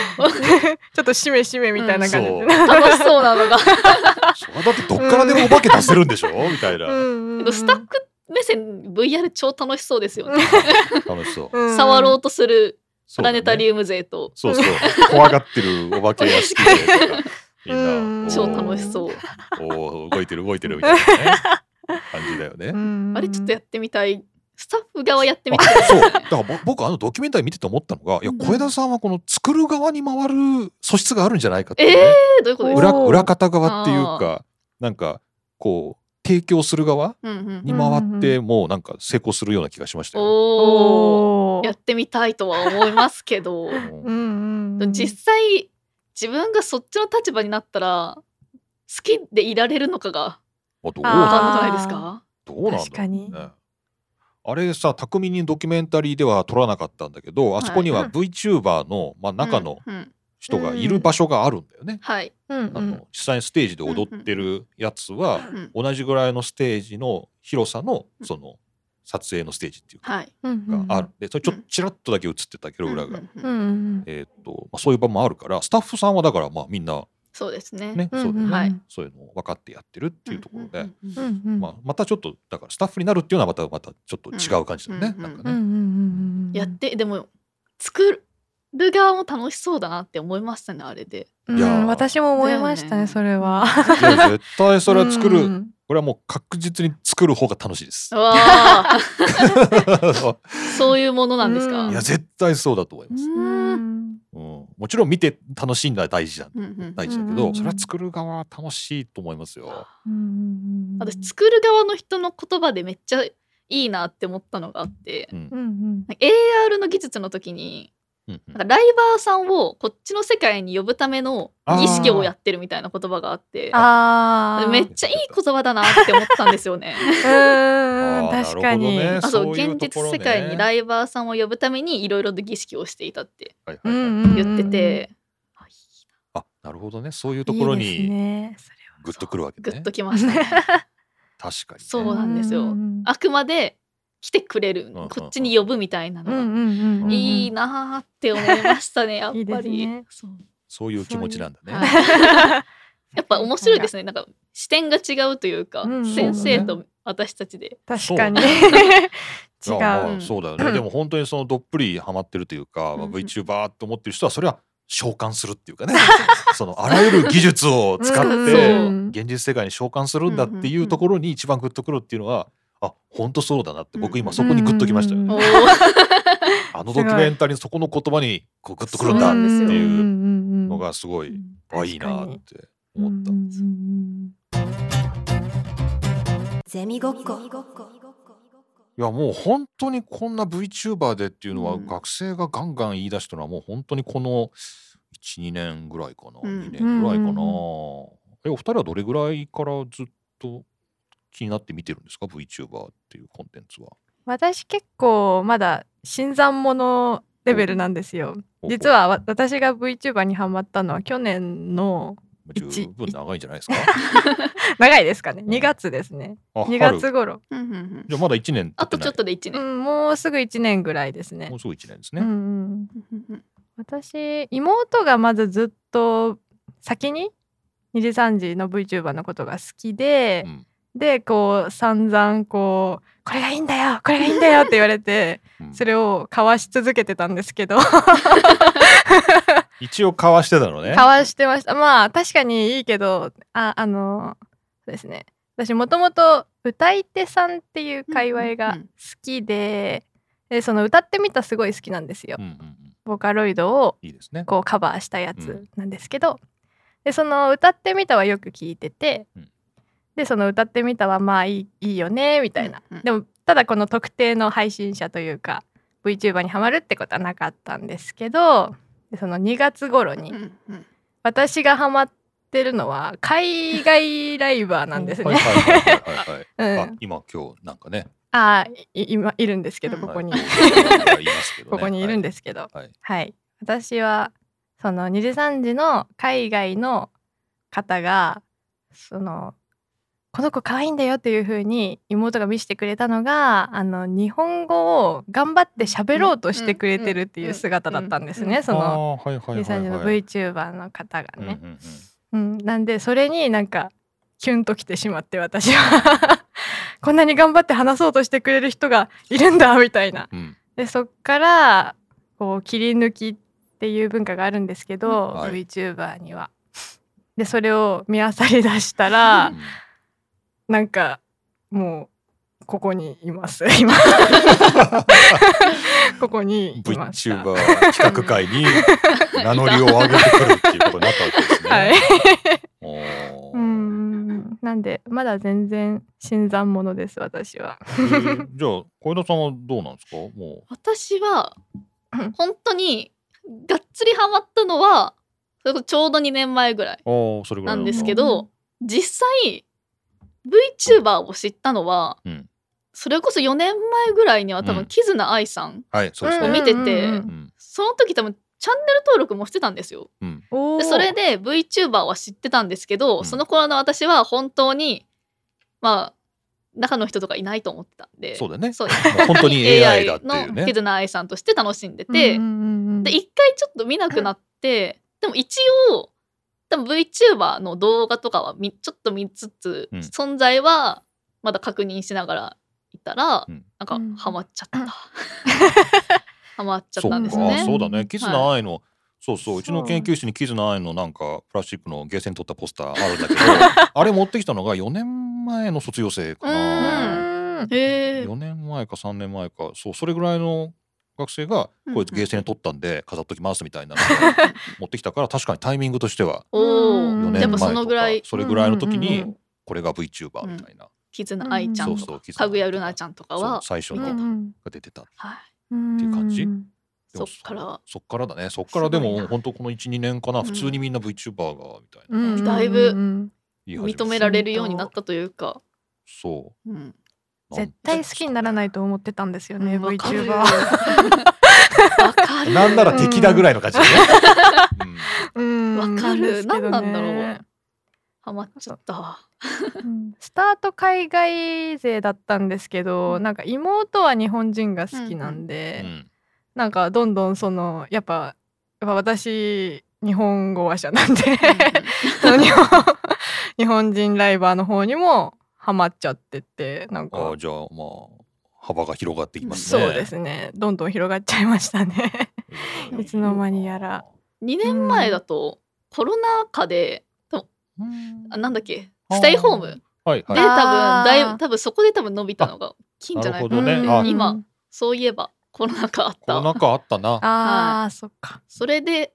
ちょっとしめしめみたいな感じでうんね。楽しそうなのがそれだってどっからでもお化け出せるんでしょみたいな、うんけど スタッフ目線 VR 超楽しそうですよね、楽しそううん触ろうとするプラネタリウムウム勢と、そうそう怖がってるお化け屋敷でとかみんうんな超楽しそおうーおー動いてる動いてるみたいなね感じだよね、うんあれちょっとやってみたいスタッフ側やってみたあいそうだからぼ僕あのドキュメンタリー見てて思ったのがいやうん小枝さんはこの作る側に回る素質があるんじゃないかっていうね、えー、どういうことです裏か、おー裏方側っていうかなんかこう提供する側うんうん、に回うんっうんてもうなんか成功するような気がしましたよ。おおおーやってみたいとは思いますけどうんうんうん、実際自分がそっちの立場になったら好きでいられるのかがあどう分なんかんなだくないですかどうなん確かだろにう、ね。あれさ巧みにドキュメンタリーでは撮らなかったんだけどあそこにははい VTuber の、まあ、中のうんうん人がいる場所があるんだよね。はい、うんあの実際にステージで踊ってるやつはうん同じぐらいのステージの広さのその撮影のステージっていうかはいがあるんでそれちょっうとんちらっとだけ映ってたけど裏がうんううんうんんうんえーっとまあ、そういう場もあるからスタッフさんはだからまあみんな、そうですねねうんそうだよねはいそういうのを分かってやってるっていうところで、うんうんううんんうんまあ、またちょっとだからスタッフになるっていうのはまたまたちょっと違う感じだよね、うんなんかうね、んうんうんうんやってでも作るる側も楽しそうだなって思いましたねあれで。ういやーん、私も思いましただよねねそれは。いや絶対それは作る、うんこれはもう確実に作る方が楽しいですうわあい そういうものなんですか。うんや絶対そうだと思います、ううんんうんもちろん見て楽しいのは大事だうんうん大事だけうんうど、んうんそれは作る側は楽しいと思いますようん私作る側の人の言葉でめっちゃいいなって思ったのがあってう、んうんうんなんか AR の技術の時にうんうんなんかライバーさんをこっちの世界に呼ぶための儀式をやってるみたいな言葉があってあーめっちゃいい言葉だなって思ったんですよね。うんうんあー確かに。なるほどねあそうそういう現とこ実ろね世界にライバーさんを呼ぶためにいろいろと儀式をしていたってはいはういはいんうんうん言ってて、あいいあなるほどねそういうところいいですにねそれはグッとくるわけグねッときましたね。 確かに、ね、そうなんですようんうんうんあくまで来てくれる、んうんうんこっちに呼ぶみたいなのうんが、うんうんうんいいなーって思いましたねやっぱりいいですねそうそういう気持ちなんだねはい やっぱ面白いですねなんか視点が違うというか、うん先生そうだと私たちで、確かに違い やまあう。うんそうだよ ねでも本当にそのどっぷりハマってるというか、まあ、うん VTuber と思ってる人はそれは召喚するっていう かねそのあらゆる技術を使っうんてうん現実世界に召喚するんだっていうところに一番グッとくるっていうのはあ本当そうだなって僕今そこにグッときましたよ、うんおーあのドキュメンタリーのそこの言葉にこうグッとくるんそだうなんですよっていうんのがすごい、あいいなって思った。うんうんゼミごっこいやもう本当にこんな VTuber でっていうのはうん学生がガンガン言い出したのはもう本当にこの12年ぐらいかな、うん2年ぐらいかな、うんうんうんえお二人はどれぐらいからずっと気になって見てるんですか VTuber っていうコンテンツは私結構まだ新参者レベルなんですよ。実はわ私が VTuber にハマったのは去年の十分長いんじゃない ですか長いですかね2月ですねあ2春月頃うんう んうんじゃあまだ1年経てないあとちょっとで1う年、んもうすぐ1年ぐらいですねもうすぐ1年ですうんうね、んうんうん私妹がまずずっと先に2時3時の VTuber のことが好きでう、んでこう散々こう「これがいいんだよこれがいいんだよ」って言われてうんそれをかわし続けてたんですけど一応交わしてたのねかわしてましたまあ確かにいいけどああのそうですね私もともと歌い手さんっていう界隈がうんうんうん好きで,、でその歌ってみたすごい好きなんですよ、うんうんうんボカロイドをいいですねこうカバーしたやうつんなんですけど、でその「歌ってみた」はよく聞いてて、うんでその「歌ってみた」はまあいいいいよねみたいな、うんうんでもただこの特定の配信者というか VTuber にハマるってことはなかったんですけどでその2月頃にうんうん私がハマってるのは海外ライバーなんですはいね。はいはいはいはいうん、あ今今日なんかねあーい今いるんですけどうんここに、はいいますけどね ここにいるんですけど、はいはい、私はその2時3時の海外の方がそのこの子可愛いんだよっていう風に妹が見せてくれたのがあの日本語を頑張って喋ろうとしてくれてるっていう姿だったんですうんうんうねそあのーはいは2い時はい3時のはい VTuber の方がね。うんうんうんうん、なんでそれになんかキュンときてしまって私は こんなに頑張って話そうとしてくれる人がいるんだみたいなうんでそっからこう切り抜きっていう文化があるんですけど、はい VTuber には。でそれを見漁り出したらうんなんかもうここに います今 ここにいました VTuber 企画会 に名乗りを上げてくるっていうことになったわけですね。はいおーうんなんでまだ全然新参者です私は。えーじゃあ小枝さんはどうなんですかも 私はうん本当にがっつりハマったのはそれこそちょうど2年前ぐらいうあーそれぐらないんですけうどん実際 VTuber を知ったのは、うんそれこそ4年前ぐらいには多うん分キズナアイさん、はいそうですをね見ててうんうんううんんその時多分チャンネル登録もしてたんですよ。おーでそれで VTuber は知ってたんですけど、うんその頃の私は本当にまあ中の人とかいないと思ってたんでそうだねそうまあ本当 に AI だっていうねのキズナアイさんとして楽しんでて、うんうんうんうんで一回ちょっと見なくなって、でも一応多分 VTuber の動画とかはみちょっと見つつ、うん存在はまだ確認しながらいたら、うんなんかハマっちゃった、 ハマっちゃそうったかんですね。そうだねキズナアイの、そうそうそううちの研究室にキズナアイのなんかプラスチックのゲーセン取ったポスターあるん だけどあれ持ってきたのが4年前の卒業生かなうんへえ。 4年前か3年前かそうそれぐらいの学生がうんこいつゲーセン取ったんで飾っときますみたいなのを持ってきたから確かにタイミングとしてはおうん4年お。前とかやっぱそのぐらいそれぐらいの時うんうんうんにこれが VTuber みたいな、絆愛ちゃんそうそとうか絆かぐやるなちゃんとかそうは最初見のてがた出てたはい。うんっていう感じんでもそっからそっからだねそっからですごいもな本当この12年かな普通にみんな VTuber がみたいな、うんだいぶうん言い始めた認められるようになったというか。そうん。う絶対好きにならないと思ってたんですよね、わか る VTuber わ。か る。なんなら敵だぐらいの感じでね、うんうんわかるですけどね何なんだろハマっちゃった。うんスタート海外勢だったんですけど、うんなんか妹は日本人が好きなんで、うんなんかどんどんそのやっぱやっぱ私日本語話者なんでそ の日本日本人ライバーの方にもハマっちゃってってなんあかーじゃあまあ幅が広がっていきますそうねですねどんどん広がっちゃいましたね。うんいつの間にやら2年前だとコロナ禍でうんあなんだっけあーステイホームはいで多は分いあーだいぶ多分そこで多分伸びたのが大きいんじゃないかなるほどねなあ今そういえばコロナ禍あっコロたナ禍あったなあー、そっか。それで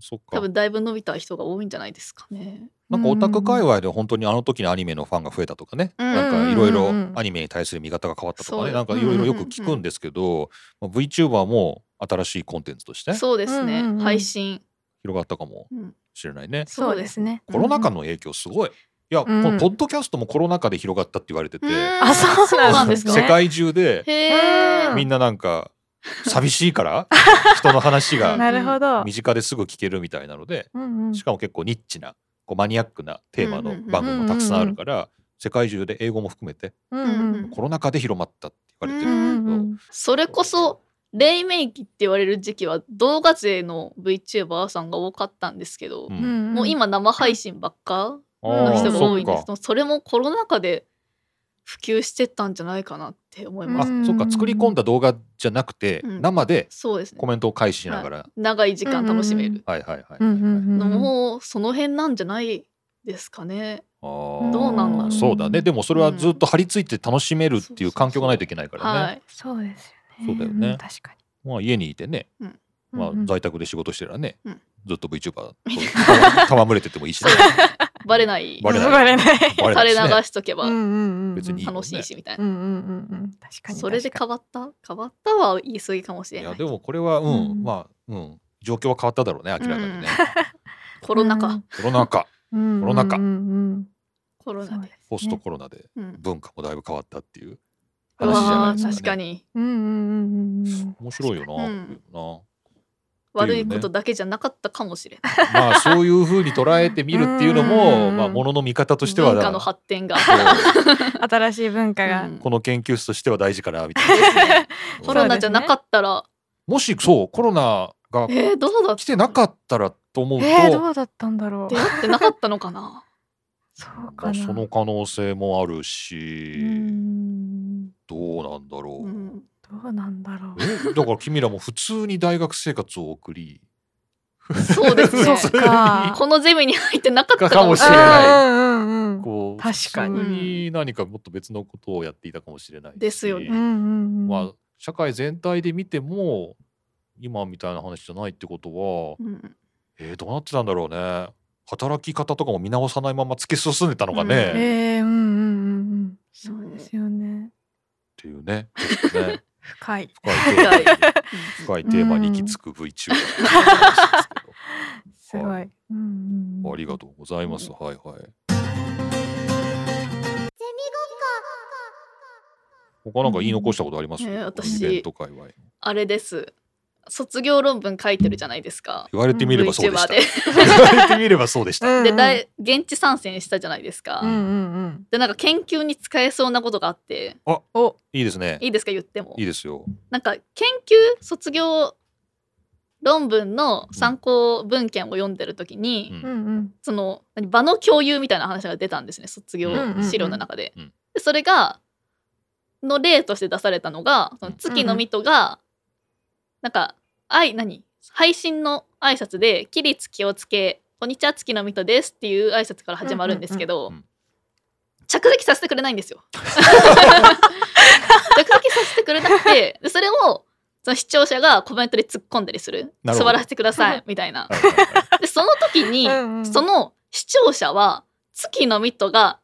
そっか多分だいぶ伸びた人が多いんじゃないですかねなんかオタク界隈で本当にあの時のアニメのファンが増えたとかね、うんなんかいろいろうんうんうんアニメに対する見方が変わったとかそね、うなんかいろいろよく聞くんですけど、まあ VTuber も新しいコンテンツとして広そうですね、うんうんうん配信、がったかもうんしれないね。そうですねコロナ禍の影響すごい。いや、うんこのポッドキャストもコロナ禍で広がったって言われてて、あそうなんですか世界中でへうえんみんななん か寂しいから人の話がなるほど。身近ですぐ聞けるみたいなので、うんうんしかも結構ニッチなこうマニアックなテーマの番組もたくさんあるから、世界中で英語も含めてううんコロナ禍で広まったって言われてうるんんだけど、うんそれこそ黎明期って言われる時期は動画勢の VTuber さんが多かったんですけど、うんんもう今生配信ばっかあのー人が多いんですそそそれもコロナ禍で普及してったんじゃないかなって思いっかまあす、うんそっか作り込んだ動画じゃなくて、うん生でそうですねコメントを開始しながら、長い時間楽しめるはいはいはい、うんうんのもその辺なんじゃないですかね、あーどうなんだろうそうだねでもそれはずっと張り付いて楽しめるっていう環境がないといけないからね、はいそうですよね。そうだよねん確かまあ、家にいてね、に。まあうんう、ん在宅で仕事してたらね、うんずっと VTuber と戯れててもいいしねバレないバレないバレ ない。バ 垂れレないしね流しとけばうんうんうん。別にいいもんね楽しいしみたいな、うんうんうんうん。確かに。それで確か変わった変わったは言い過ぎかもしれいなやいでもこれはうん、うんまあうん状況は変わっただろうね明らかにね、 コロナ禍、うんコロナ禍にうんうコんうんロナ禍うんコうロん。そナうででねすポストコロナでうん文化もだいぶ変わったっていうう話じゃなわいーですか、ね、確かにうんうんうんうん。面白いよな、こうういんうの悪いことだけじゃなかったかもしれない、なまあそういう風に捉えてみるっていうの も、うんまあものの見方としては文化の発展が、新しい文化がう。んこの研究室としては大事かなみたい なコロナじゃなかったら、もしそうコロナがえー、どうだっ来てなかったらと思うと、えー、どうだったんだろう出。会ってなかったのかなそうまかあ、な。その可能性もあるうし、ん。どどうなんだろう、うんうなんだろう。えだから君らも普通に大学生活を送りそうで すねそっか。このゼミに入ってなかったかもしれいないうんうんうんうん。こう確かに普通に何かもっと別のことをやっていたかもしれないしですよねうんうんうん。まあ、社会全体で見ても今みたいな話じゃないってことは、うんえーどうなってたんだろうね働き方とかも見直さないまま突き進んでたのかね、うんっええうんうんうんうん。そそううでですすよね。ていうねちょっとね深い。深いテーマに深いテーマに行き着く VTuber の話ですけどすご。はいうんうん。ありがとうございます。はいはい。他なんか言い残したことあります？ね私イベント界隈。あれです卒業論文書いてるじゃないですか言われてみればそうでした VTuber で。言われてみればそうでした。うんうん。で大現地参戦したじゃないですか、うんうんうん。でなんか研究に使えそうなことがあってお、いいですね。いいですか言ってもいいですよ。なんか研究卒業論文の参考文献を読んでる時に、うんうんうん。その何場の共有みたいな話が出たんですね卒業資料の中で。うんうんうんでそれがの例として出されたのがその月の水戸がなんかあい何配信の挨拶で「起立気をつけこんにちは月の水戸です」っていう挨拶から始まるんですけど、うんうんうん着席させてくれない んですよ。着席させてくれなくてでそれをその視聴者がコメントで突っ込んだりする「なるほど座らせてください」みたいな。はいはいはいでその時 にうんうんその視聴者は月のミトが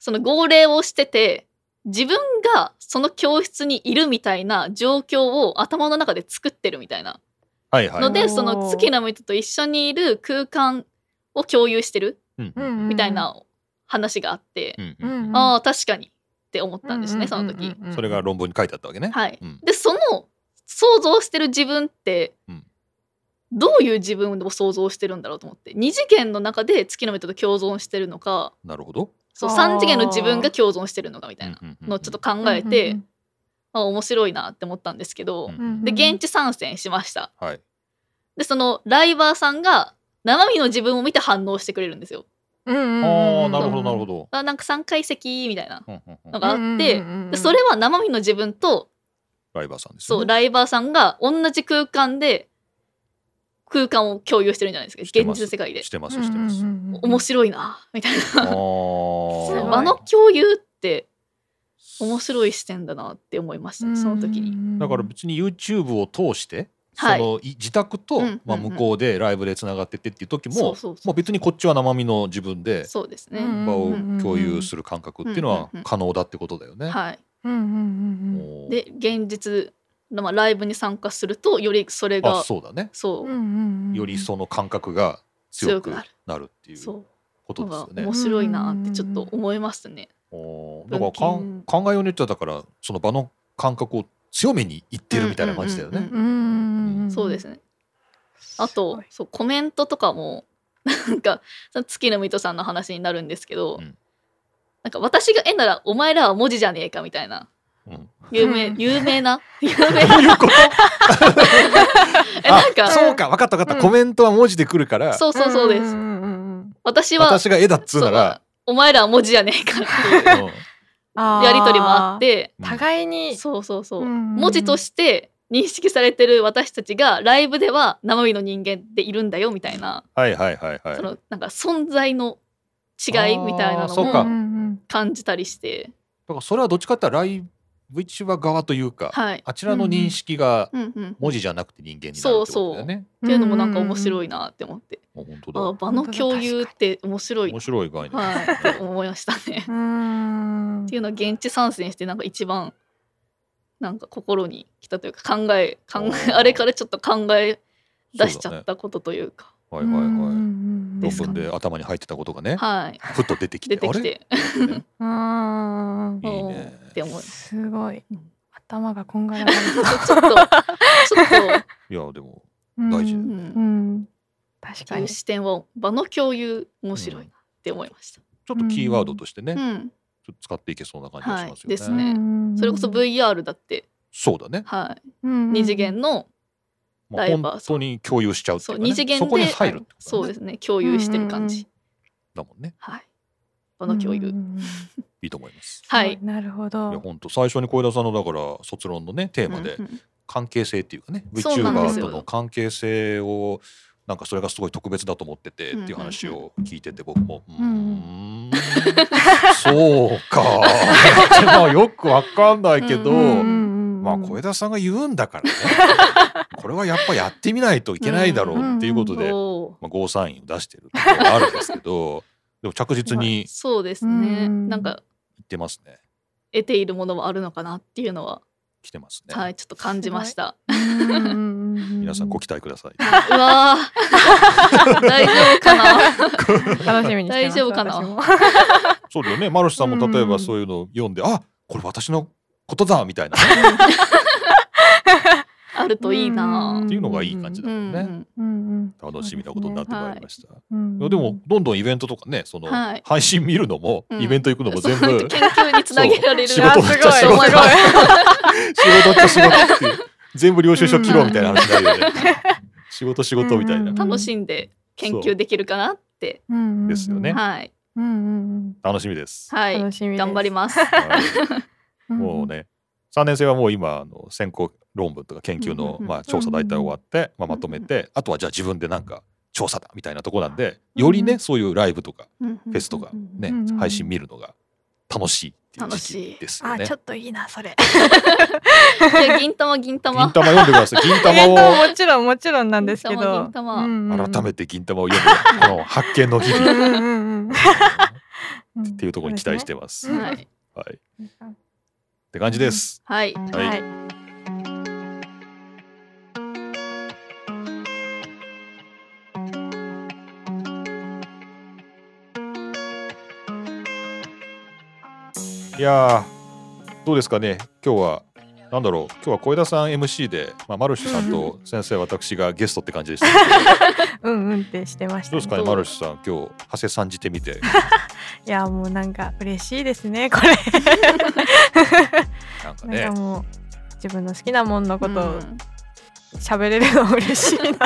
その号令をしてて自分がその教室にいるみたいな状況を頭の中で作ってるみたいなはいはいので、はいその月のミトと一緒にいる空間を共有してるうんうんうんみたいな話があって、うんううんんうんああ確かにって思ったんですね、その時。うんうんうんうんそれが論文に書いてあったわけね。はい、うんでその想像してる自分って、うんどういう自分を想像してるんだろうと思って二次元の中で月の目と共存してるのかなるほど。そうあー3次元の自分が共存してるのかみたいなうんうんうんのをちょっと考えて、あ面白いなって思ったんですけど、うんうんで現地参戦しましたはい。でそのライバーさんが生身の自分を見て反応してくれるんですようんうんうんああなるほどなるほど。あなんか3階席みたいなうんうんうんのがあって、うんうんうんうんでそれは生身の自分とライバーさんですそよう、ね。ライバーさんが同じ空間で空間を共有してるんじゃないですかして現ます実世界でしてますしてます。面白白いなみたいあ な白い場あの共有って面白い視点だなって思いましたねその時ににだから別に YouTube を通して、はそいのい自宅と、うんうんうんまあ、向こうでライブでつながってってっていう時もそうそうそまあ、う別にこっちは生身の自分でそうですうねん場を共有する感覚っていうのはうんうんうん可能だってことだよね。はいうんおーで現実のまあライブに参加するとよりそれあがそうだね。そうよりその感覚が強く強くななるっていうそことうですのよがね面。白いなってちょっと思いますねおーだ分からかん岐考えようによってはだからその場の感覚を強めにいってるみたいな感じだようんうんねうん。そうですねね。あとそうコメントとかも なんかその月の水戸さんの話になるんですけど、うんなんか私が絵ならお前らは文字じゃねえかみたいなうん有名うん有名な有名どなう いうことえなんあかそうか分かった分かったうんコメントは文字で来るからそうそうそうです。私は私が絵だっつうならそうお前らは文字じゃねえかっていううんやり取りもあって互いにそうそうそう、文文字として認識されてる私たちがライブでは生身の人間でいるんだよみたいな、はいはいはいはいそのなんか存在の違いみたいなあーのそうかも感じたりしてだからそれはどっちかって言ったらライブ一話側というか、はい、あちらの認識がうんうん、文字じゃなくて人間になるってことだよね。っていうのもなんか面白い。いなって思って、あ本当だ。あ場の共有って面白い面白い概念。はいって思いましたね。うんっていうのは現地参戦してなんか一番なんか心にきたというか考えあ考えーあれからちょっと考え出しちそうゃだっねたことというかはいはいはい。で論すか文ねで頭に入ってたことがね、はいふっと出てきて、出てきてあれ。うん いいうんねって思いますすごいうん。頭がこんがらがる。ちょっとちょっいやでも大事と、うんう、ん。確そかういにう。視点は場の共有面白いなって思いましちょっとキーワードとしてね、ちた、ょうん、っと使っていけそうな感じがしますよね。はいですねそれこそ VR だって、そうだね。はい、二二次元のまあ、ライバー本さん当に共有しちゃうっていそううか、ね、二次元でそこに入るってことそうだ,、でね、すね共有してる感うんうんじ、だもんね。はい場の共有、いいと思います。ははいい。なるほいやど。本当最初に小枝さんのだから卒論のねテーマで、うんうん関係性っていうかねそうなんで VTuber すよとの関係性をなんかそれがすごい特別だと思っててっていう話を聞いてて僕もうーんそうかでもよくわかんないけど、うんうんうんうんまあ小枝さんが言うんだから ねこれはやっぱやってみないといけないだろうっていうことで、そうまあ、ゴーサインを出してるところがあるんですけどでも着実にいっそうですうねんなんかてますね得ているものもあるのかなっていうのは、来てますね、はいちょっと感じました皆皆さんご期待くださいうわー大丈夫かな楽しみにしてます。大丈夫かな私もそうだよねマルシさんも例えうばんそういうのを読んで、あこれ私のことだみたいなねあるといいなっていうのがいい感じだうよん、ね、うんうん楽しみなことになってまいりました、うんいやでもどんどんイベントとかねそのはい配信見るのも、うんイベント行くのも全そう部なんか研究につなげられる仕事めっちゃ仕事思います仕事と仕事っていう全部領収書切ろうみたいな話になるよね、仕事仕事みたいな、うん楽しんで研究できるかなって、ですよねはいうんうんうん楽しみです、はい楽しみです。頑張りますはいうんもうね3年生はもう今あの先行論文とか研究うんうんのうんまあ調査大体終わってまあまとめうてあとはじゃあ自分でなんか調査だみたいなとこなんでよりうねんそういうライブとかフフェスとかねうんうん配信見るのが楽しいっていう時楽し期いですよあねちょ。っといいなそれ。いや銀玉銀玉銀玉読んでくだ さい銀えっ玉をともちろんもちろんなんですけど。銀玉銀玉改めてて。銀玉を読むこの発見の日うん々っうんうんていうところに期待してます。うんはい、はい、って感じです。はい、ははいい。いやーどうですかね今日はなんだろう今日は小枝さん MC で、まあ、マルシュさんと先生私がゲストって感じでしたけど うんうんってしてましたどうね。ですかねマルシュさん今日長谷さんじてみ ていやもうなんか嬉しいですねこれ。なんかねなんかもう自分の好きなもんのことを喋れるの嬉しいなって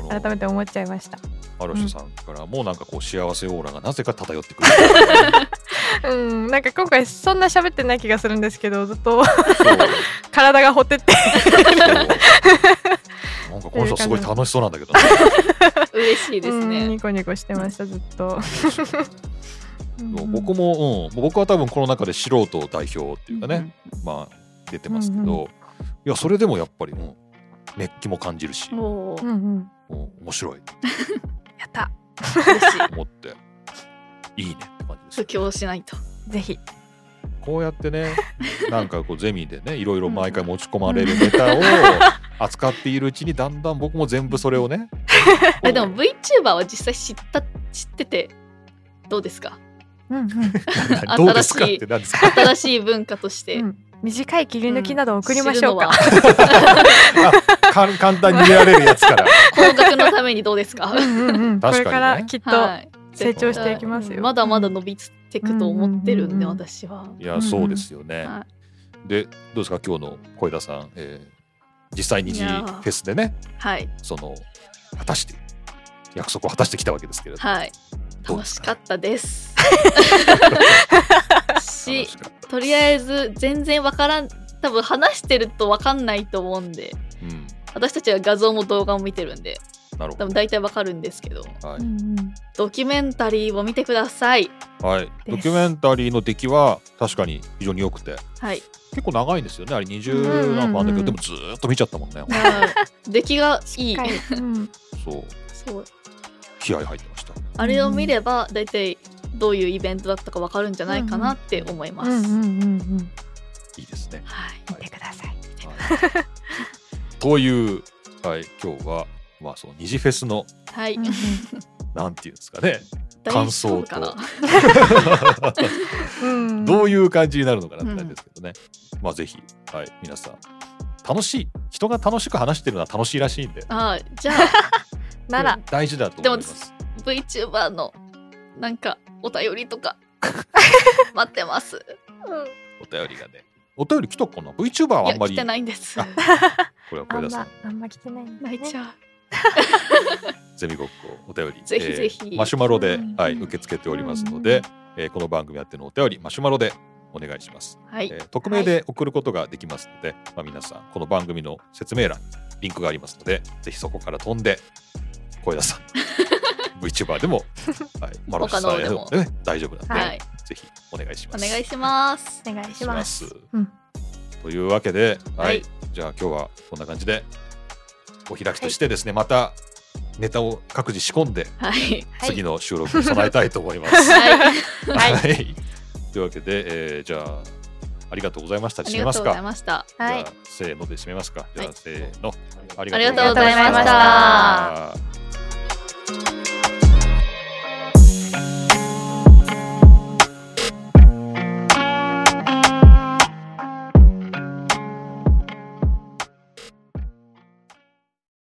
この改めて思っちゃいました。マルシュさんからもうなんかこう幸せオーラがなぜか漂ってく るうんなんか今回そんな喋ってない気がするんですけどずっと そう体がほてってそう なんかこの人すごい楽しそうなんだけどね、嬉しいですうんねニコニコしてましたずっと。もう僕も、うん、もう僕は多分この中で素人代表っていうかね、まあ出てますけど、うんいやそれでもやっぱり、うん、熱気も感じるし、うんおおうんうん面白いやった嬉しいと思っていいねって感じで布す教しないとぜひこうやって ねなんかこうゼミでねいろいろ毎回持ち込まれるネタを扱っているうちにだんだん僕も全部それを ねえでも VTuber は実際知った知っててどうですかうんうん どうですかっ新しいて何 ですか新しい文化として、うん短い切り抜きなど送りましょうか。知るのはかん簡単に見られるやつ から高額のためにどうですかうんうんうんこ確かにねれからきっとはい成長していきますよ。まだまだ伸びてくと思ってるんで、うんうんうん私はいやそうですよね、はでどうですか今日の小枝さん、えー実際にいフやーェスでねはいその果たして約束を果たしてきたわけですけれども、はいどうで楽すしかかったです楽しし かったとりあえず全然わからん多分話してるとわかんないと思うんでうん、私たちは画像も動画も見てるんでなるほ多ど分大体わかるんですけどはうい、んうんドキュメンタリーを見てくださいはい、ドキュメンタリーの出来は確かに非常に良くてはい結構長いんですよねあれうんうんう20ん何分あるんだけどでもずーっと見ちゃったもんね出来がいいはいうんそうそう気合入ってましたあれを見れば大体どういうイベントだったかわかるんじゃないかなって思いまうす、んうんうんうんいいですね、はい見てください。はいという、はい、今日はまあその二次フェスのはい、うんうんなんていうんですかね大感丈想夫かなとう んどういう感じになるのかなって感じですけどね、まあぜひ、はい、皆さん楽しい人が楽しく話してるのは楽しいらしいんであーじゃあなら大事だと思います。 VTuber のなんかお便り とか待ってますお便りがね。お便り来たかな ?VTuber はいあんやま来り。てないんですあこれはあ小ん枝さまん、あんま来てないんだね。泣いちゃうゼミごっこお便り。ぜひぜひえーマシュマロでう、んはい、受け付けておりますので、えーこの番組やってのお便り、マシュマロでお願いします。はい、えー匿名で送ることができますので、まあ、皆さんこの番組の説明欄にリンクがありますのでぜひそこから飛んで小枝さん VTuber でも、はい、マロシさんでも、他のね、大丈夫なんで、はいぜひお願いしまおす。願いしますお願いします。しますうんというわけで、はいはいじゃあ今日はこんな感じでお開きとしてですね、またネタを各自仕込んでははいい次の収録に備えたいと思います。 はいはい、というわけで、えーじゃあありがとうございま した。あ締りめがまとすうごかざい。ましたはいじゃあせーので締めますか。じゃあ、はいせーの。あありがとうございましたありがとうございました